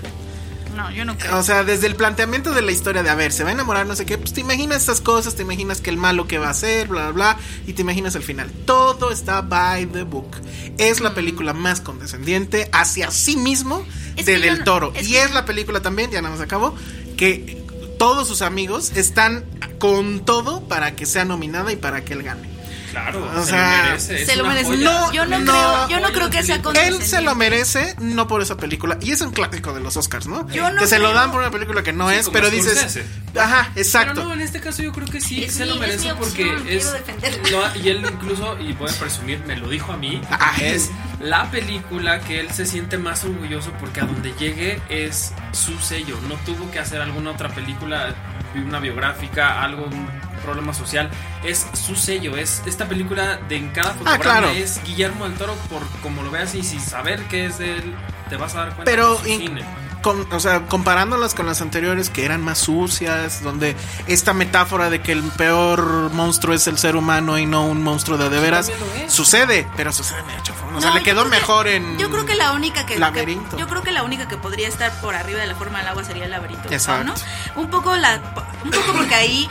S2: No, yo no creo.
S4: O sea, desde el planteamiento de la historia de a ver, se va a enamorar, no sé qué, pues te imaginas estas cosas, te imaginas que el malo que va a hacer, bla, bla, bla, y te imaginas el final. Todo está by the book. Es
S2: Mm.
S4: la película más condescendiente hacia sí mismo
S2: Es
S4: de
S2: que yo
S4: Del
S2: no-
S4: Toro.
S2: es
S4: y
S2: que-
S4: es la película también, ya nada más acabó, que todos sus amigos están con todo para que sea nominada y para que él gane.
S1: Claro,
S4: O
S1: se
S4: sea,
S1: lo merece. es
S2: se lo
S1: una
S2: merece.
S1: joya.
S2: No, yo no,
S1: Es
S2: creo,
S1: una
S2: yo no
S1: joya
S2: creo que sea
S4: Él
S2: condescendiente.
S4: se lo merece, no por esa película. Y es un clásico de los Oscars, ¿no?
S2: Yo no
S4: que se lo
S2: creo-
S4: dan por una película que no
S1: Sí,
S4: es,
S1: como
S4: pero dices.
S1: Scorsese.
S4: Ajá,
S1: Pero
S4: exacto.
S1: no, en este caso yo creo que sí,
S2: Es
S1: se
S2: mi-
S1: lo
S2: es
S1: merece
S2: mi opción,
S1: porque
S2: quiero
S1: es.
S2: defenderla.
S1: no, y él incluso, y voy a presumir, me lo dijo a mí,
S4: Ay.
S1: es la película que él se siente más orgulloso porque a donde llegue es su sello. No tuvo que hacer alguna otra película, una biográfica, algo, un problema social. Es su sello, es esta película de en cada fotograma
S4: Ah, claro.
S1: es Guillermo del Toro por como lo veas y sin saber que es de él, te vas a dar cuenta
S4: Pero
S1: que es su
S4: in-
S1: cine.
S4: con- o sea, comparándolas con las anteriores que eran más sucias, donde esta metáfora de que el peor monstruo es el ser humano y no un monstruo de de veras
S1: también lo es.
S4: sucede, pero sucede de otra forma. O sea,
S2: No,
S4: le
S2: yo
S4: quedó
S2: creo que-
S4: mejor en
S2: Yo creo que la única que, que-
S4: Laberinto.
S2: yo creo que la única que podría estar por arriba de la forma del agua sería el laberinto.
S4: Exacto.
S2: ¿no? Un poco la un poco porque ahí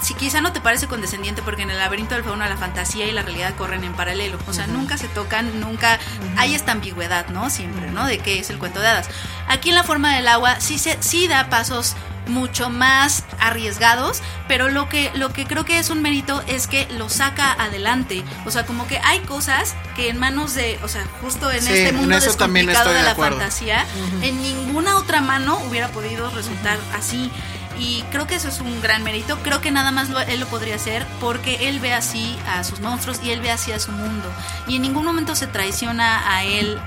S2: si quizá no te parece condescendiente porque en el laberinto del fauno la fantasía y la realidad corren en paralelo, o sea, nunca se tocan, nunca hay esta ambigüedad, ¿no? Siempre, ¿no? De qué es el cuento de hadas. Aquí en la forma del agua sí se sí da pasos mucho más arriesgados, pero lo que lo que creo que es un mérito es que lo saca adelante, o sea, como que hay cosas que en manos de, o sea, justo en
S4: Sí,
S2: este
S4: en
S2: mundo
S4: eso también
S2: descomplicado
S4: estoy
S2: de,
S4: de
S2: la
S4: acuerdo.
S2: fantasía, en ninguna otra mano hubiera podido resultar así. Y creo que eso es un gran mérito. Creo que nada más lo- él lo podría hacer porque él ve así a sus monstruos y él ve así a su mundo. Y en ningún momento se traiciona a él.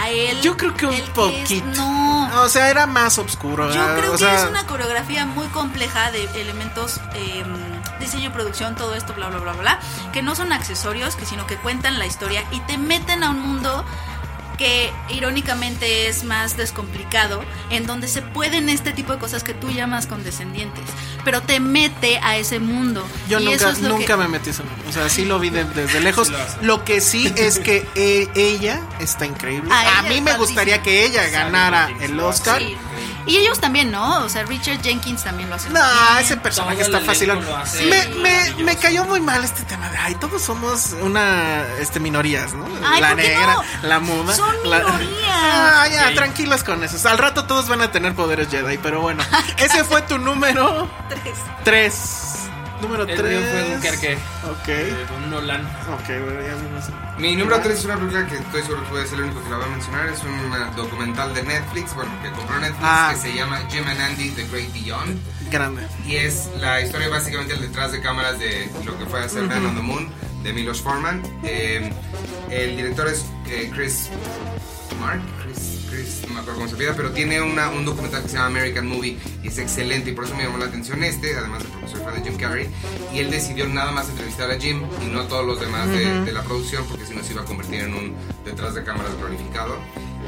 S2: A él.
S4: Yo creo que un
S2: él es-
S4: poquito.
S2: no.
S4: O sea, era más oscuro.
S2: Yo
S4: ¿verdad?
S2: creo
S4: Ah, o
S2: que
S4: sea,
S2: es una coreografía muy compleja de elementos, eh, diseño, producción, todo esto, bla, bla, bla, bla, que no son accesorios, que sino que cuentan la historia y te meten a un mundo que irónicamente es más descomplicado, en donde se pueden este tipo de cosas que tú llamas condescendientes, pero te mete a ese mundo.
S4: Yo
S2: Y
S4: nunca,
S2: eso es lo
S4: nunca
S2: que-
S4: me metí eso. O sea, sí lo vi de- desde lejos.
S1: Sí lo hace.
S4: lo que sí es que e- ella está increíble.
S2: A
S4: A,
S2: ella
S4: mí
S2: es
S4: me
S2: padrísima.
S4: gustaría que ella ganara
S1: Martínez
S4: el
S1: lo
S4: Oscar.
S2: Sí. Y ellos también, ¿no? O sea, Richard Jenkins también lo hace.
S4: No,
S2: muy
S4: ese
S2: bien.
S4: personaje
S1: Todo
S4: está
S1: el
S4: fácil.
S1: elenco lo hace
S4: Me, me,
S1: maravilloso.
S4: me cayó muy mal este tema de, ay, todos somos una, este, minorías, ¿no?
S2: Ay,
S4: la
S2: ¿por qué
S4: negra,
S2: no?
S4: la muda.
S2: Son
S4: la-
S2: minorías.
S4: Ah, ya,
S1: Sí.
S4: tranquilos con eso. Al rato todos van a tener poderes Jedi, pero bueno. ese fue tu número
S2: Tres.
S4: 3. Número 3.
S1: El mío fue Dunkerque.
S4: Ok.
S1: de Don Nolan.
S4: Ok, bueno, ya vimos.
S3: Mi número 3 es una película que estoy seguro que voy a ser el único que la va a mencionar. Es un eh, documental de Netflix, bueno, que compró Netflix,
S4: Ah.
S3: que se llama Jim and Andy The Great Beyond.
S4: Grande.
S3: Y es la historia básicamente del detrás de cámaras de lo que fue hacer Man on the Moon de Milos Forman. Eh, el director es eh, Chris Mark, Chris, Chris, no me acuerdo cómo se pida, pero tiene una, un documental que se llama American Movie y es excelente y por eso me llamó la atención este, además de porque soy fan de Jim Carrey. Y él decidió nada más entrevistar a Jim y no a todos los demás de- de, la producción porque si no se iba a convertir en un detrás de cámaras glorificado.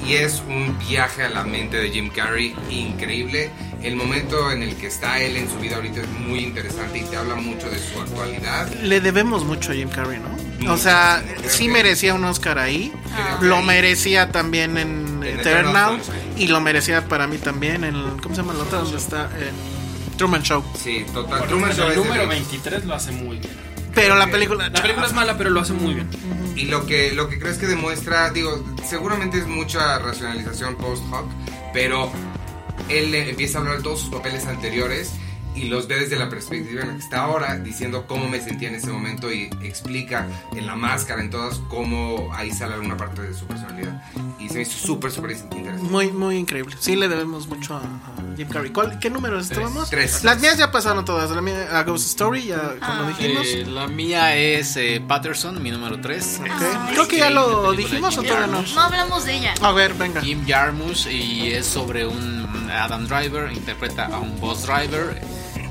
S3: Y es un viaje a la mente de Jim Carrey increíble. El momento en el que está él en su vida ahorita es muy interesante y te habla mucho de su actualidad.
S4: Le debemos mucho a Jim Carrey, ¿no? O sea,
S3: Muchísimo.
S4: sí merecía un Oscar ahí.
S3: Creo que
S4: Lo
S3: ahí-
S4: merecía también en
S3: Ah. En
S4: Eternal.
S3: Eternal Sunshine.
S4: Y lo merecía para mí también en. ¿Cómo se llama la otra? ¿Dónde está? En Truman Show.
S3: Sí, total.
S1: Por
S3: Truman
S1: ejemplo,
S3: Show
S1: el
S3: es de
S1: número
S3: los-
S1: 23 lo hace muy bien.
S4: Pero la película.
S1: La película es mala, pero lo hace muy bien.
S3: Y lo que, lo que crees que demuestra, digo, seguramente es mucha racionalización post hoc, pero él eh, empieza a hablar de todos sus papeles anteriores y los ve desde la perspectiva en la que está ahora, diciendo cómo me sentía en ese momento y explica en la máscara, en todas, cómo ahí sale alguna parte de su personalidad. Y se me hizo súper, súper interesante.
S4: Muy, muy increíble. Sí, le debemos mucho a, a Jim Carrey. ¿Cuál- ¿Qué número es? ¿Estábamos?
S3: Tres.
S4: Las mías ya pasaron todas. La mía, a Ghost Story, ya como dijimos.
S11: Eh, la mía es eh, Patterson, mi número 3.
S4: Ok. Creo que ya lo dijimos o todavía no.
S2: No hablamos de ella.
S4: A ver, venga.
S11: Jim Jarmusch y es sobre un Adam Driver, interpreta a un bus driver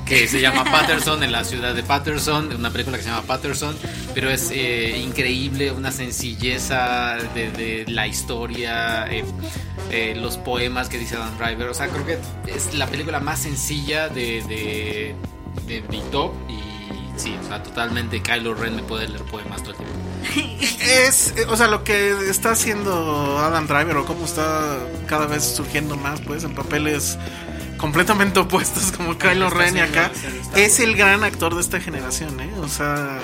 S11: que se llama Patterson en la ciudad de Patterson, en una película que se llama Patterson, pero es eh, increíble, una sencilleza de, de la historia, eh, eh, los poemas que dice Adam Driver, o sea, creo que es la película más sencilla de, de, de mi top y sí, o sea, totalmente Kylo Ren me puede leer poemas todo el tiempo.
S4: Es, eh, o sea, lo que está haciendo Adam Driver o cómo está cada vez surgiendo más, pues, en papeles completamente opuestos como Kylo
S1: está
S4: Ren y
S1: haciendo-
S4: acá,
S1: se lo está
S4: es el gran actor de esta generación, ¿eh? O sea,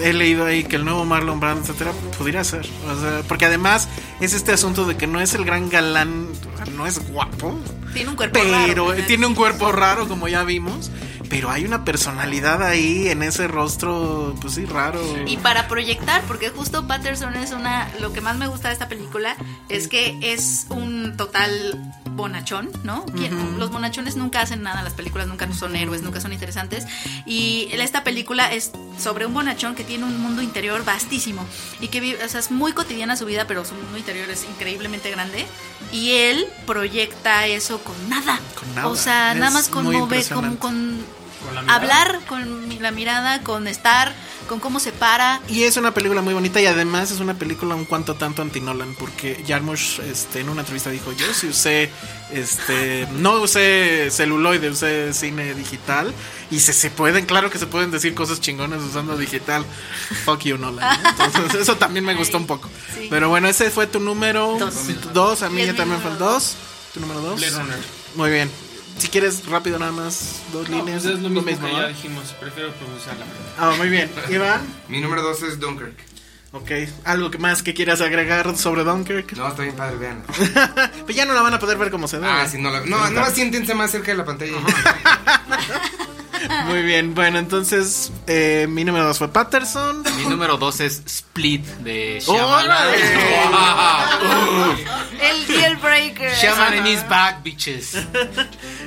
S4: he leído ahí que el nuevo Marlon Brando, etcétera, pudiera ser. O sea, porque además es este asunto de que no es el gran galán, o sea, no es guapo,
S2: Tiene un cuerpo raro,
S4: pero
S2: ¿verdad?
S4: tiene un cuerpo raro, como ya vimos. Pero hay una personalidad ahí en ese rostro, pues sí, raro.
S2: Y para proyectar, porque justo Patterson es una. Lo que más me gusta de esta película es que es un total bonachón, ¿no? ¿Quién- Los bonachones nunca hacen nada, las películas nunca son héroes, nunca son interesantes. Y esta película es sobre un bonachón que tiene un mundo interior vastísimo y que vive, o sea, es muy cotidiana su vida, pero su mundo interior es increíblemente grande. Y él proyecta eso con nada.
S4: Con nada.
S2: O sea, nada
S4: Es
S2: más con
S4: muy
S2: mover, con,
S4: impresionante.
S2: con
S12: Con la mirada.
S2: hablar, con la mirada, con estar, con cómo se para.
S4: Y es una película muy bonita y además es una película un cuanto tanto anti-Nolan porque Jarmusch este, en una entrevista dijo, yo sí usé, este, no usé celuloide, usé cine digital y se, se pueden, claro que se pueden decir cosas chingonas usando digital. Fuck you, Nolan. ¿no? Entonces eso también me gustó un poco.
S2: Sí.
S4: Pero bueno, ese fue tu número
S2: Dos.
S4: dos, a
S2: Y
S4: mí
S2: el
S4: ya
S2: mío
S4: también fue el
S2: número
S4: dos. ¿Tu número dos?
S12: Blade Runner.
S4: Muy bien. Si quieres rápido nada más, dos
S12: No,
S4: líneas.
S12: pues es lo mismo, que
S4: ¿no?
S12: ya dijimos. Prefiero pronunciar la primera.
S4: Ah, muy bien. Iván.
S1: Mi número 2 es Dunkirk.
S4: Ok, ¿algo que más que quieras agregar sobre Dunkirk?
S1: No, está bien padre, vean.
S4: Pues ya no la van a poder ver como se debe.
S1: Ah, sí, no la. No, no, siéntense más cerca de la pantalla.
S4: Muy bien, bueno, entonces eh, mi número dos fue Patterson.
S3: Mi número 2 es Split de
S4: ¡Órale!
S3: Shyamalan.
S2: El deal breaker.
S3: Shyamalan is back, bitches.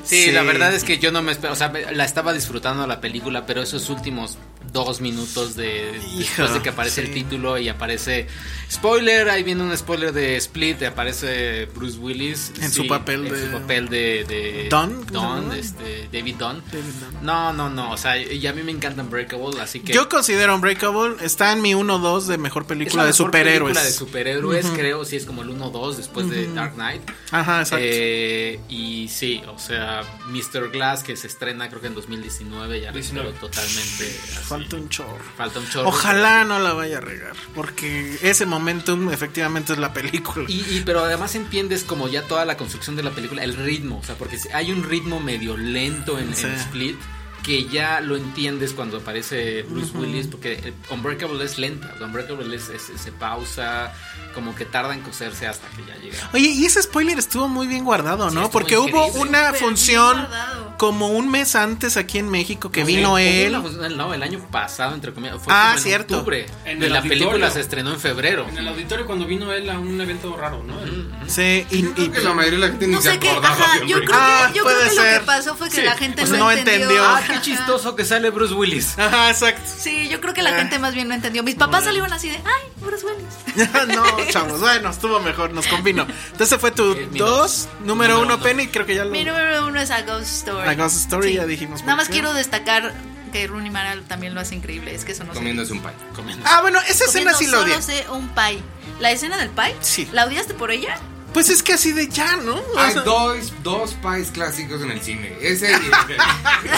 S3: Sí,
S4: Sí.
S3: la verdad es que yo no me espero, o sea, me- la estaba disfrutando la película, pero esos últimos dos minutos de después de que aparece el título y aparece spoiler, ahí viene un spoiler de Split, aparece Bruce Willis
S4: En su papel
S3: en
S4: de-
S3: su papel de, de
S4: ¿Don? ¿No?
S3: este, David Dunn.
S4: David Dunn.
S3: No, no, no, o sea, y a mí me encanta Unbreakable, así que
S4: Yo considero Unbreakable, está en mi 1-2 de mejor
S3: es
S4: película
S3: la
S4: de
S3: mejor
S4: superhéroes.
S3: película de superhéroes, creo, sí es como el 1-2 después de Dark Knight.
S4: Ajá, Ah, exacto.
S3: Eh, y sí, o sea, Mr. Glass que se estrena creo que en 2019 ya lo espero totalmente. así.
S4: Falta un chorro.
S3: Falta un chorro.
S4: Ojalá no la vaya a regar, porque ese momentum efectivamente es la película.
S3: Y, y- pero además entiendes como ya toda la construcción de la película, el ritmo, o sea, porque hay un ritmo medio lento en, en
S4: Sí.
S3: Split que ya lo entiendes cuando aparece Bruce Willis, porque eh, Unbreakable es lenta, o sea, Unbreakable es- es- se pausa, como que tarda en coserse hasta que ya llega.
S4: Oye, y ese spoiler estuvo muy bien guardado, ¿no?
S3: estuvo
S4: Porque hubo
S3: increíble.
S4: una
S2: Súper bien
S4: función
S2: guardado.
S4: como un mes antes aquí en México que
S3: No,
S4: vino
S3: sí, fue
S4: él.
S3: la función- no, el año pasado, entre comillas. Fue
S4: Ah,
S3: como en
S4: cierto.
S3: octubre.
S12: En
S3: y
S12: el
S3: la
S12: auditorio.
S3: película se estrenó en febrero.
S12: En el auditorio cuando vino él a un evento raro, ¿no? El-
S4: Sí, y, y-
S1: Creo que la mayoría de la gente ni
S2: No
S1: se
S2: sé qué,
S1: acordaba
S2: ajá,
S1: de
S2: yo creo que,
S1: Unbreakable.
S4: Ah,
S2: yo creo
S4: puede
S2: que lo que
S4: ser.
S2: pasó fue que
S12: Sí,
S2: la gente
S4: o sea,
S2: no,
S4: no entendió.
S2: entendió.
S3: Ah, qué
S2: Ajá.
S3: chistoso que sale Bruce Willis.
S4: Ajá, exacto.
S2: Sí, yo creo que la gente más bien no entendió. Mis papás salieron así de, ay, puros buenos.
S4: no, chavos, bueno, estuvo mejor, nos convino. Entonces fue tu
S3: Eh, mi
S4: dos, número
S3: Número
S4: uno,
S3: uno.
S4: Penny, creo que ya lo...
S2: Mi número uno es A Ghost Story.
S4: A Ghost Story, ya dijimos
S2: Nada
S4: por
S2: más
S4: qué.
S2: quiero destacar que Rooney Mara también lo hace increíble. Es que eso no se
S1: Comiéndose un pie.
S4: Ah, bueno, esa escena
S2: Comiendo
S4: sí la odié.
S2: Solo sé un pie. ¿La escena del pie?
S4: Sí.
S2: ¿La odiaste por ella?
S4: Pues es que así de ya, ¿no? O
S1: Hay
S4: sea,
S1: dos, dos pies clásicos en el cine. Ese y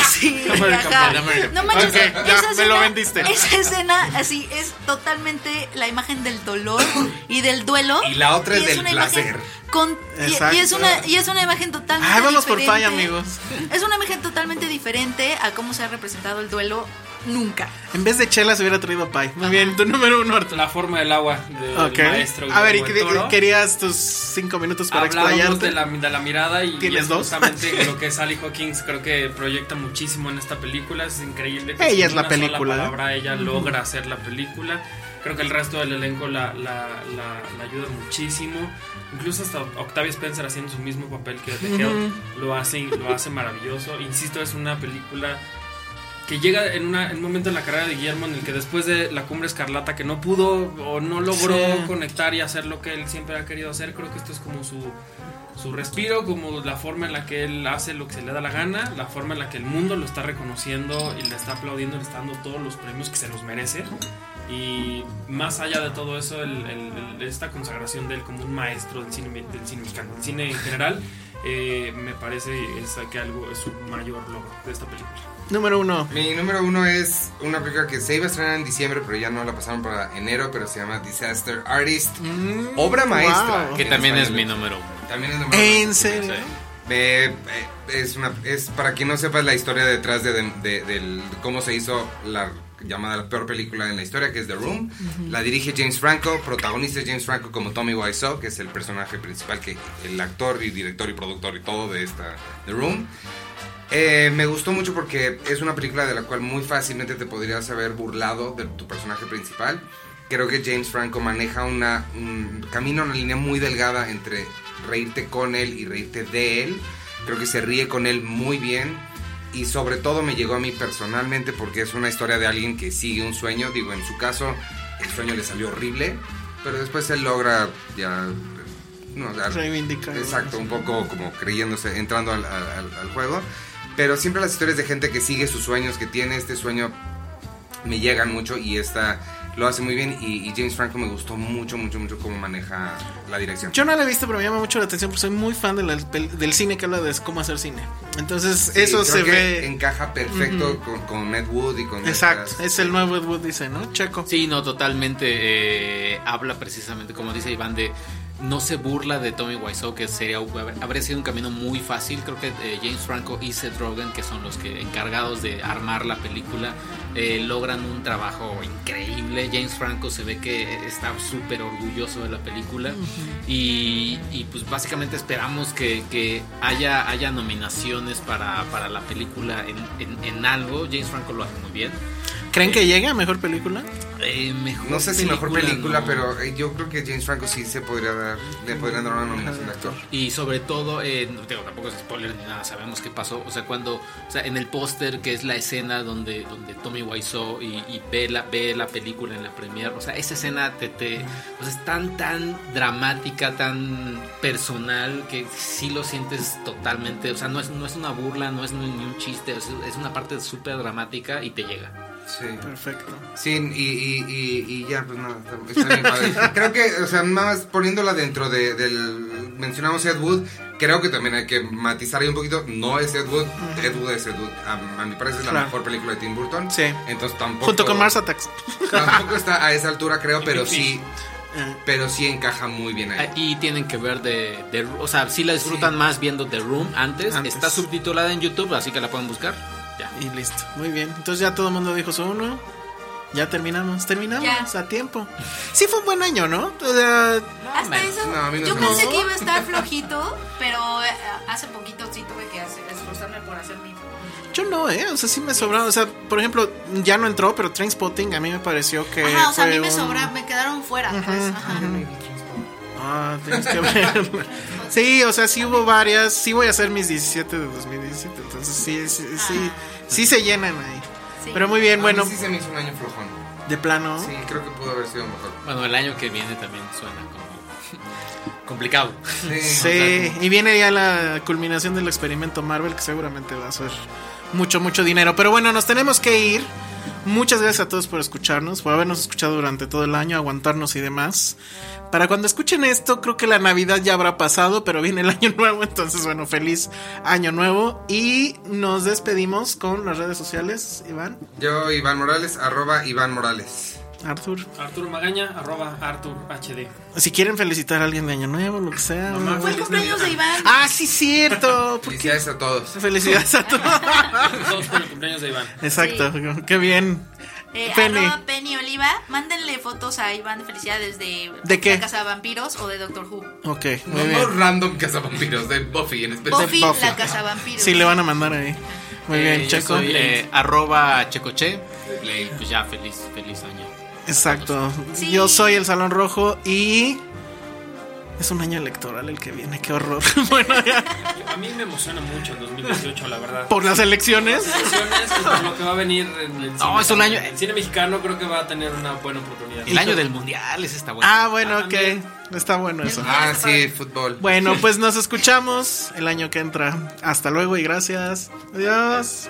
S2: Sí,
S12: American
S2: ajá.
S12: Pie, American
S2: No manches,
S4: Ok, ya,
S2: esa
S4: me
S2: escena-
S4: lo vendiste.
S2: Esa escena así es totalmente la imagen del dolor y del duelo.
S1: Y la otra es del
S2: una imagen
S1: placer.
S2: con- y- y, es
S4: Exacto.
S2: una, y es una imagen totalmente
S4: Ay, vamos por
S2: diferente.
S4: pie, amigos.
S2: Es una imagen totalmente diferente a cómo se ha representado el duelo nunca.
S4: En vez de chela se hubiera traído pie. Muy bien, tu número uno, Arturo.
S12: La forma del agua del
S4: Ok.
S12: maestro.
S4: A ver, ¿y
S12: Guillermo
S4: qué-
S12: del Toro.
S4: querías tus cinco minutos para
S12: Hablábamos
S4: explayarte?
S12: de la, de la mirada y,
S4: ¿Tienes
S12: y es
S4: dos?
S12: justamente lo que es Sally Hawkins creo que proyecta muchísimo en esta película, es increíble. que
S4: Ella
S12: sin
S4: es la
S12: una sola
S4: película. ¿eh?
S12: palabra ella logra hacer la película, creo que el resto del elenco la, la- la- la ayuda muchísimo, incluso hasta Octavia Spencer haciendo su mismo papel que The Help, lo, hace, lo hace maravilloso, insisto, es una película que llega en, una- en un momento en la carrera de Guillermo en el que después de la cumbre escarlata que no pudo o no logró
S4: Sí.
S12: conectar y hacer lo que él siempre ha querido hacer, creo que esto es como su, su respiro, como la forma en la que él hace lo que se le da la gana, la forma en la que el mundo lo está reconociendo y le está aplaudiendo, le está dando todos los premios que se los merece. Y más allá de todo eso, el- el- el- esta consagración de él como un maestro del cine, del cine mexicano, del cine en general, eh, me parece es que algo es su mayor logro de esta película.
S4: Número uno.
S1: Mi número uno es una película que se iba a estrenar en diciembre, pero ya no la pasaron para enero, pero se llama Disaster Artist. Obra maestra.
S4: Mm, wow.
S3: Que
S1: En
S3: también es mi
S1: español.
S3: número uno.
S1: También es número
S4: ¿En
S1: uno.
S4: serio?
S1: Eh, eh, es, una, es para quien no sepa es la historia detrás de, de- de- del- cómo se hizo la llamada la peor película en la historia, que es The Room. La dirige James Franco, protagonista es James Franco como Tommy Wiseau, que es el personaje principal, que el actor y director y productor y todo de esta The Room.
S13: Eh, me gustó mucho porque es una película de la cual muy fácilmente te podrías haber burlado de tu personaje principal. Creo que James Franco maneja una. un- camina una línea muy delgada entre reírte con él y reírte de él. Creo que se ríe con él muy bien. Y sobre todo me llegó a mí personalmente porque es una historia de alguien que sigue un sueño. Digo, en su caso, el sueño le salió horrible. Pero después él logra ya. No, dar-
S4: Reivindicar.
S13: Exacto, un poco como creyéndose, entrando al, al- al- al juego. Pero siempre las historias de gente que sigue sus sueños, que tiene este sueño, me llegan mucho y esta lo hace muy bien. Y, y James Franco me gustó mucho, mucho, mucho cómo maneja la dirección.
S4: Yo no la he visto, pero me llama mucho la atención porque soy muy fan de la pel- del cine que habla de cómo hacer cine. Entonces,
S13: Sí,
S4: eso
S13: creo
S4: se
S13: que
S4: ve.
S13: Encaja perfecto
S4: Ujú.
S13: con, con Ned Wood y con.
S4: Exacto, es el nuevo Ed Wood, dice, ¿no? Checo.
S3: Sí, no, totalmente. eh, habla precisamente, como dice Iván, de no se burla de Tommy Wiseau, que sería habría sido un camino muy fácil. Creo que eh, James Franco y Seth Rogen, que son los que encargados de armar la película, eh, logran un trabajo increíble. James Franco se ve que está súper orgulloso de la película. Y, y, pues básicamente esperamos que, que haya, haya nominaciones para, para la película en, en- en algo. James Franco lo hace muy bien.
S4: ¿Creen que llegue a mejor película?
S3: Eh, mejor
S13: No sé si mejor película,
S3: no.
S13: pero eh, yo creo que James Franco sí se podría dar, le podrían dar una nominación de actor.
S3: Y sobre todo, eh, no, digo, tampoco es spoiler ni nada, sabemos qué pasó. O sea, cuando, o sea, en el póster, que es la escena donde, donde Tommy Wiseau y, y ve, la, ve la película en la premiere, o sea, esa escena te, te- o sea, es tan, tan dramática, tan personal, que sí lo sientes totalmente. O sea, no es, no es una burla, no es ni un chiste, es, es una parte súper dramática y te llega.
S13: Sí.
S4: Perfecto.
S13: Sí, y, y- y- y ya, pues nada, está- está bien padre. Creo que, o sea, nada más poniéndola dentro de- del... Mencionamos Ed Wood, creo que también hay que matizar ahí un poquito. No es Ed Wood, Ed Wood es Ed Wood. A, a mi parecer es la
S4: Claro.
S13: mejor película de Tim Burton.
S4: Sí.
S13: Entonces tampoco...
S4: Junto con Mars Attacks.
S13: Tampoco está a esa altura, creo, pero sí...
S4: Eh,
S13: Pero sí encaja muy bien ahí.
S3: Ah, Y tienen que ver de, de- o sea, sí la disfrutan más viendo The Room antes.
S4: Antes.
S3: Está subtitulada en YouTube, así que la pueden buscar. Ya.
S4: Y listo. Muy bien. Entonces ya todo el mundo dijo su uno. Ya terminamos. Terminamos a tiempo. Sí fue un buen año, ¿no? O sea,
S2: Hasta eso,
S4: No, a mí no
S2: yo
S4: se me
S2: pensé
S4: gustó.
S2: que iba a estar flojito, pero eh, hace poquito sí tuve que hacer- esforzarme por hacer mi...
S4: yo no, ¿eh? O sea, sí me sobraron. O sea, por ejemplo, ya no entró, pero Trainspotting a mí me pareció que.
S2: Ajá, o sea, a
S4: Eh,
S2: mí
S4: fue
S2: me
S4: un-
S2: sobra, me quedaron fuera. pues, ajá.
S4: Ah, tienes que ver. sí, o sea, sí hubo varias. Sí voy a hacer mis 17 de 2017. Entonces sí, sí, sí,
S2: Ah.
S4: sí se llenan ahí. Pero muy bien,
S13: A
S4: bueno.
S13: mí sí se me hizo un año flojón.
S4: De plano.
S13: Sí, creo que pudo haber sido mejor.
S3: Bueno, el año que viene también suena como complicado.
S4: Sí, y viene ya la culminación del experimento Marvel, que seguramente va a ser mucho, mucho dinero. Pero bueno, nos tenemos que ir. Muchas gracias a todos por escucharnos, por habernos escuchado durante todo el año, aguantarnos y demás. Para cuando escuchen esto, creo que la Navidad ya habrá pasado, pero viene el año nuevo, entonces bueno, feliz año nuevo. Y nos despedimos con las redes sociales, Iván,
S13: Yo, Iván Morales, arroba Iván Morales.
S4: Arthur.
S1: Arturo Magaña, arroba Artur HD.
S4: Si quieren felicitar a alguien de año nuevo, lo que sea.
S1: Mamá,
S2: Fue el cumpleaños de Iván.
S4: Ah, sí, cierto.
S13: Felicidades a todos.
S4: Felicidades a todos.
S1: Todos por el cumpleaños de Iván.
S4: Exacto, qué bien.
S2: Eh,
S4: Penny.
S2: arroba Penny Oliva, mándenle fotos a Iván de felicidades de,
S4: ¿De qué?
S2: la Casa de Vampiros o de Doctor Who.
S4: Ok, muy
S13: Nos
S4: bien.
S13: vamos random cazavampiros de Buffy en especial.
S2: Buffy, la Casa Vampiros.
S4: Sí, le van a mandar ahí. Muy
S3: Eh,
S4: bien,
S3: yo
S4: Checo.
S3: soy, eh, arroba Checoche. Y Pues ya, feliz, feliz año.
S4: Exacto. Yo soy el Salón Rojo y. Es un año electoral el que viene, qué horror. bueno,
S1: A mí me emociona mucho el 2018, la verdad.
S4: por las elecciones.
S1: Decisiones y por lo que va a venir en el
S3: No, es un año-
S1: El cine mexicano creo que va a tener una buena oportunidad.
S3: El año del mundial es esta buena.
S4: Ah, bueno, ok. Está bueno eso.
S13: Ah, sí, fútbol.
S4: Bueno, pues nos escuchamos el año que entra. Hasta luego y gracias. Adiós.